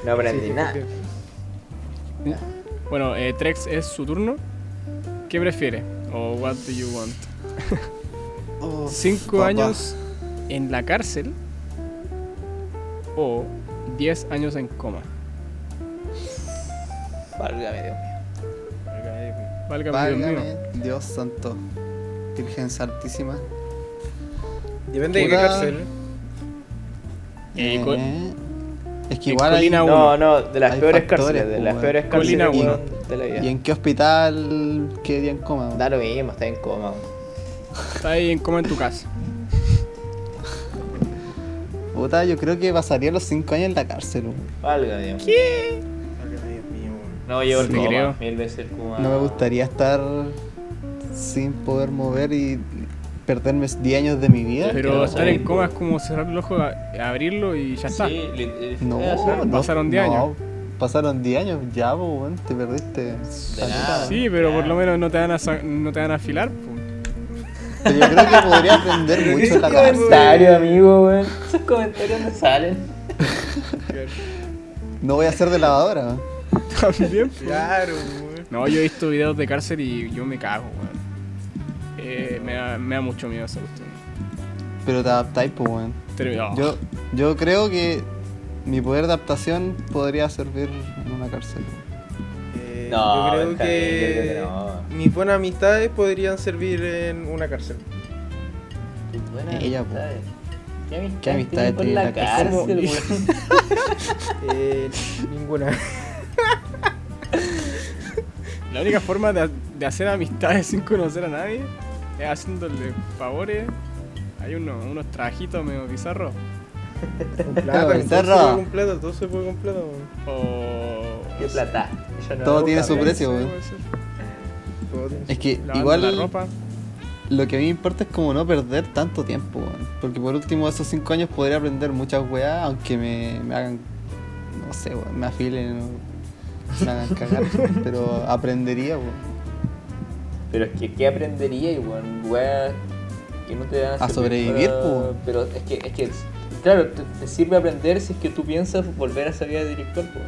No aprendí Sí, nada. porque- Bueno, eh, Trex es su turno. ¿Qué prefiere? O what do you want? ¿Cinco Papá. años en la cárcel o 10 años en coma? Válgame Dios mío. Válgame, Dios Válgame, mío. Dios santo. Virgen santísima. Depende de qué Puta. cárcel. Eh, co- Eh, Es que en igual hay- Colina uno. No, no, de las Hay peores factores, cárceles, de pues, las weón. peores cárceles Colina uno. de la ¿Y vida. en qué hospital quedaría en coma? Da lo mismo, está en coma. weón. Está ahí en coma en tu casa. Puta, yo creo que pasaría los 5 años en la cárcel. weón. Válgame Dios. Dios mío, weón. No, llevo Sí, el coma, creo. mil veces el coma. No me gustaría estar sin poder mover y perderme 10 años de mi vida. Pero no, estar en sí. coma es como cerrar el ojo, a- abrirlo y ya está. Sí, li- eh, li- No, eso. no, pasaron 10 no, Pasaron 10 años, ya, po, weón, te perdiste. De nada. Sí, pero por lo menos no te van a, sa- no te van a afilar. po. [LAUGHS] Pero yo creo que podría aprender mucho en la cárcel. amigo, weón. Esos comentarios no salen. No voy a ser de lavadora. weón. También. Claro, weón. No, yo he visto videos de cárcel y yo me cago, weón. Eh, me, da, me da mucho miedo esa cuestión. Pero te adaptáis, pues, weón. Pero- oh, Yo, yo creo que mi poder de adaptación podría servir en una cárcel. Eh, No, yo creo está bien, yo que. creo que Mis buenas amistades podrían servir en una cárcel. Ella, po. amistades. ¿Qué amistades tienen tiene con la la cárcel, cárcel, weón? weón? Eh, ninguna. La única forma de, de hacer amistades [LAUGHS] sin conocer a nadie es haciéndole favores. Hay uno- unos trajitos medio bizarros. Con plata, Claro, con- todo se cerro. puede con plata, todo se puede con plata, weón. O. [LAUGHS] Qué o sea, plata. Ella no Todo me tiene gusta, su no weón. precio. sé, weón. puede ser. Todo tiene- Es que Lavando igual la ropa. lo que a mí me importa es como no perder tanto tiempo, weón. Porque por último, esos 5 años podría aprender muchas weas, aunque me, me hagan, [LAUGHS] no sé, weón, me afilen o me hagan cagar. pero aprendería, weón. Pero es que, ¿qué aprenderías, weón? Weas que no te van a servir sobrevivir, para- po. Pero es que, es que, claro, te, te sirve aprender si es que tú piensas volver a esa vida de director, po.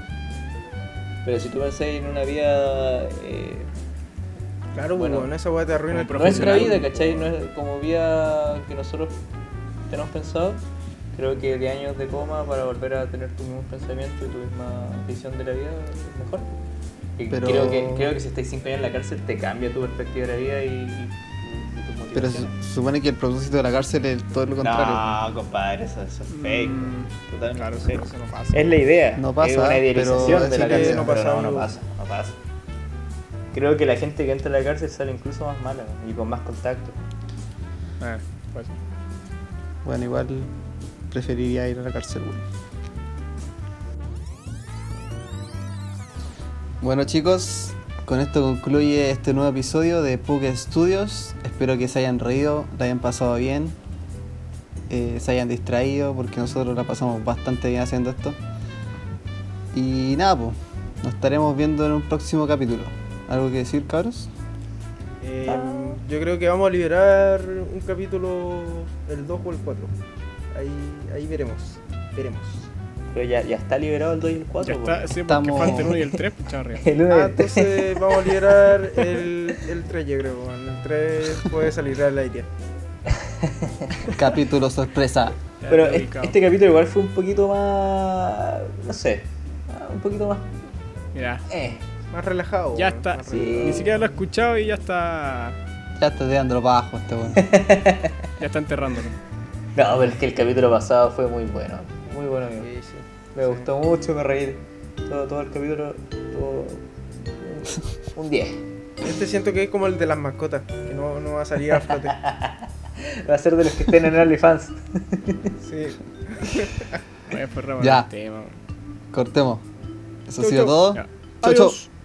Pero si tú pensás en una vida. eh, Claro, Bueno. bueno, esa weá te arruina el Como nuestra Profesional. vida, ¿cachai? Nue- como vida que nosotros tenemos pensado, creo que de años de coma para volver a tener tu mismo pensamiento y tu misma visión de la vida es mejor. Y Pero- creo, que, creo que si estáis cinco años en la cárcel te cambia tu perspectiva de la vida y, y- y tus Pero se motivaciones. se supone que el propósito de la cárcel es todo lo contrario. No, compadre, eso, eso es fake. Mm, Totalmente claro, eso, fake. eso no pasa. Es la idea. No pasa, es una pero idealización de así la que cárcel. no pero pasa no, no algo. pasa, no pasa. Creo que la gente que entra a la cárcel sale incluso más mala y con más contacto. Ah, pues, Bueno, igual preferiría ir a la cárcel, weón. Bueno chicos, con esto concluye este nuevo episodio de Puke Studios. Espero que se hayan reído, la hayan pasado bien, eh, se hayan distraído, porque nosotros la pasamos bastante bien haciendo esto. Y nada, pues, nos estaremos viendo en un próximo capítulo. ¿Algo que decir, cabros? Eh, yo creo que vamos a liberar un capítulo, el 2 o el 4. Ahí, ahí veremos. Veremos. Pero ya, ya está liberado el 2 y el 4. ya está, sí, porque Estamos- falta el 1 y el 3, pucha arriba. [LAUGHS] El uno y Ah, el tres. entonces vamos a liberar el, el 3, yo creo. weón. El 3 puede salir al aire. Capítulo sorpresa. Ya [LAUGHS] Pero está es- ubicado. este capítulo igual fue un poquito más. No sé. ah, Un poquito más. Mira, Eh. Más relajado. ya weón, está. más Sí. Ni siquiera lo he escuchado y ya está. Ya está tirando bajo este weón. Ya está enterrándolo. No, pero es que el capítulo pasado fue muy bueno. Muy bueno, amigo. relajado. Sí, sí. Me gustó mucho, me reí. Todo, todo el capítulo. Todo. Un 10. Este siento que es como el de las mascotas, que no, no va a salir a [LAUGHS] flote. Va a ser de los que estén en [LAUGHS] OnlyFans. Sí. Oye, fue re bueno Ya. el tema. Cortemos. Eso ha Chau, sido chau. todo. Ya. Chau, chau. Adiós.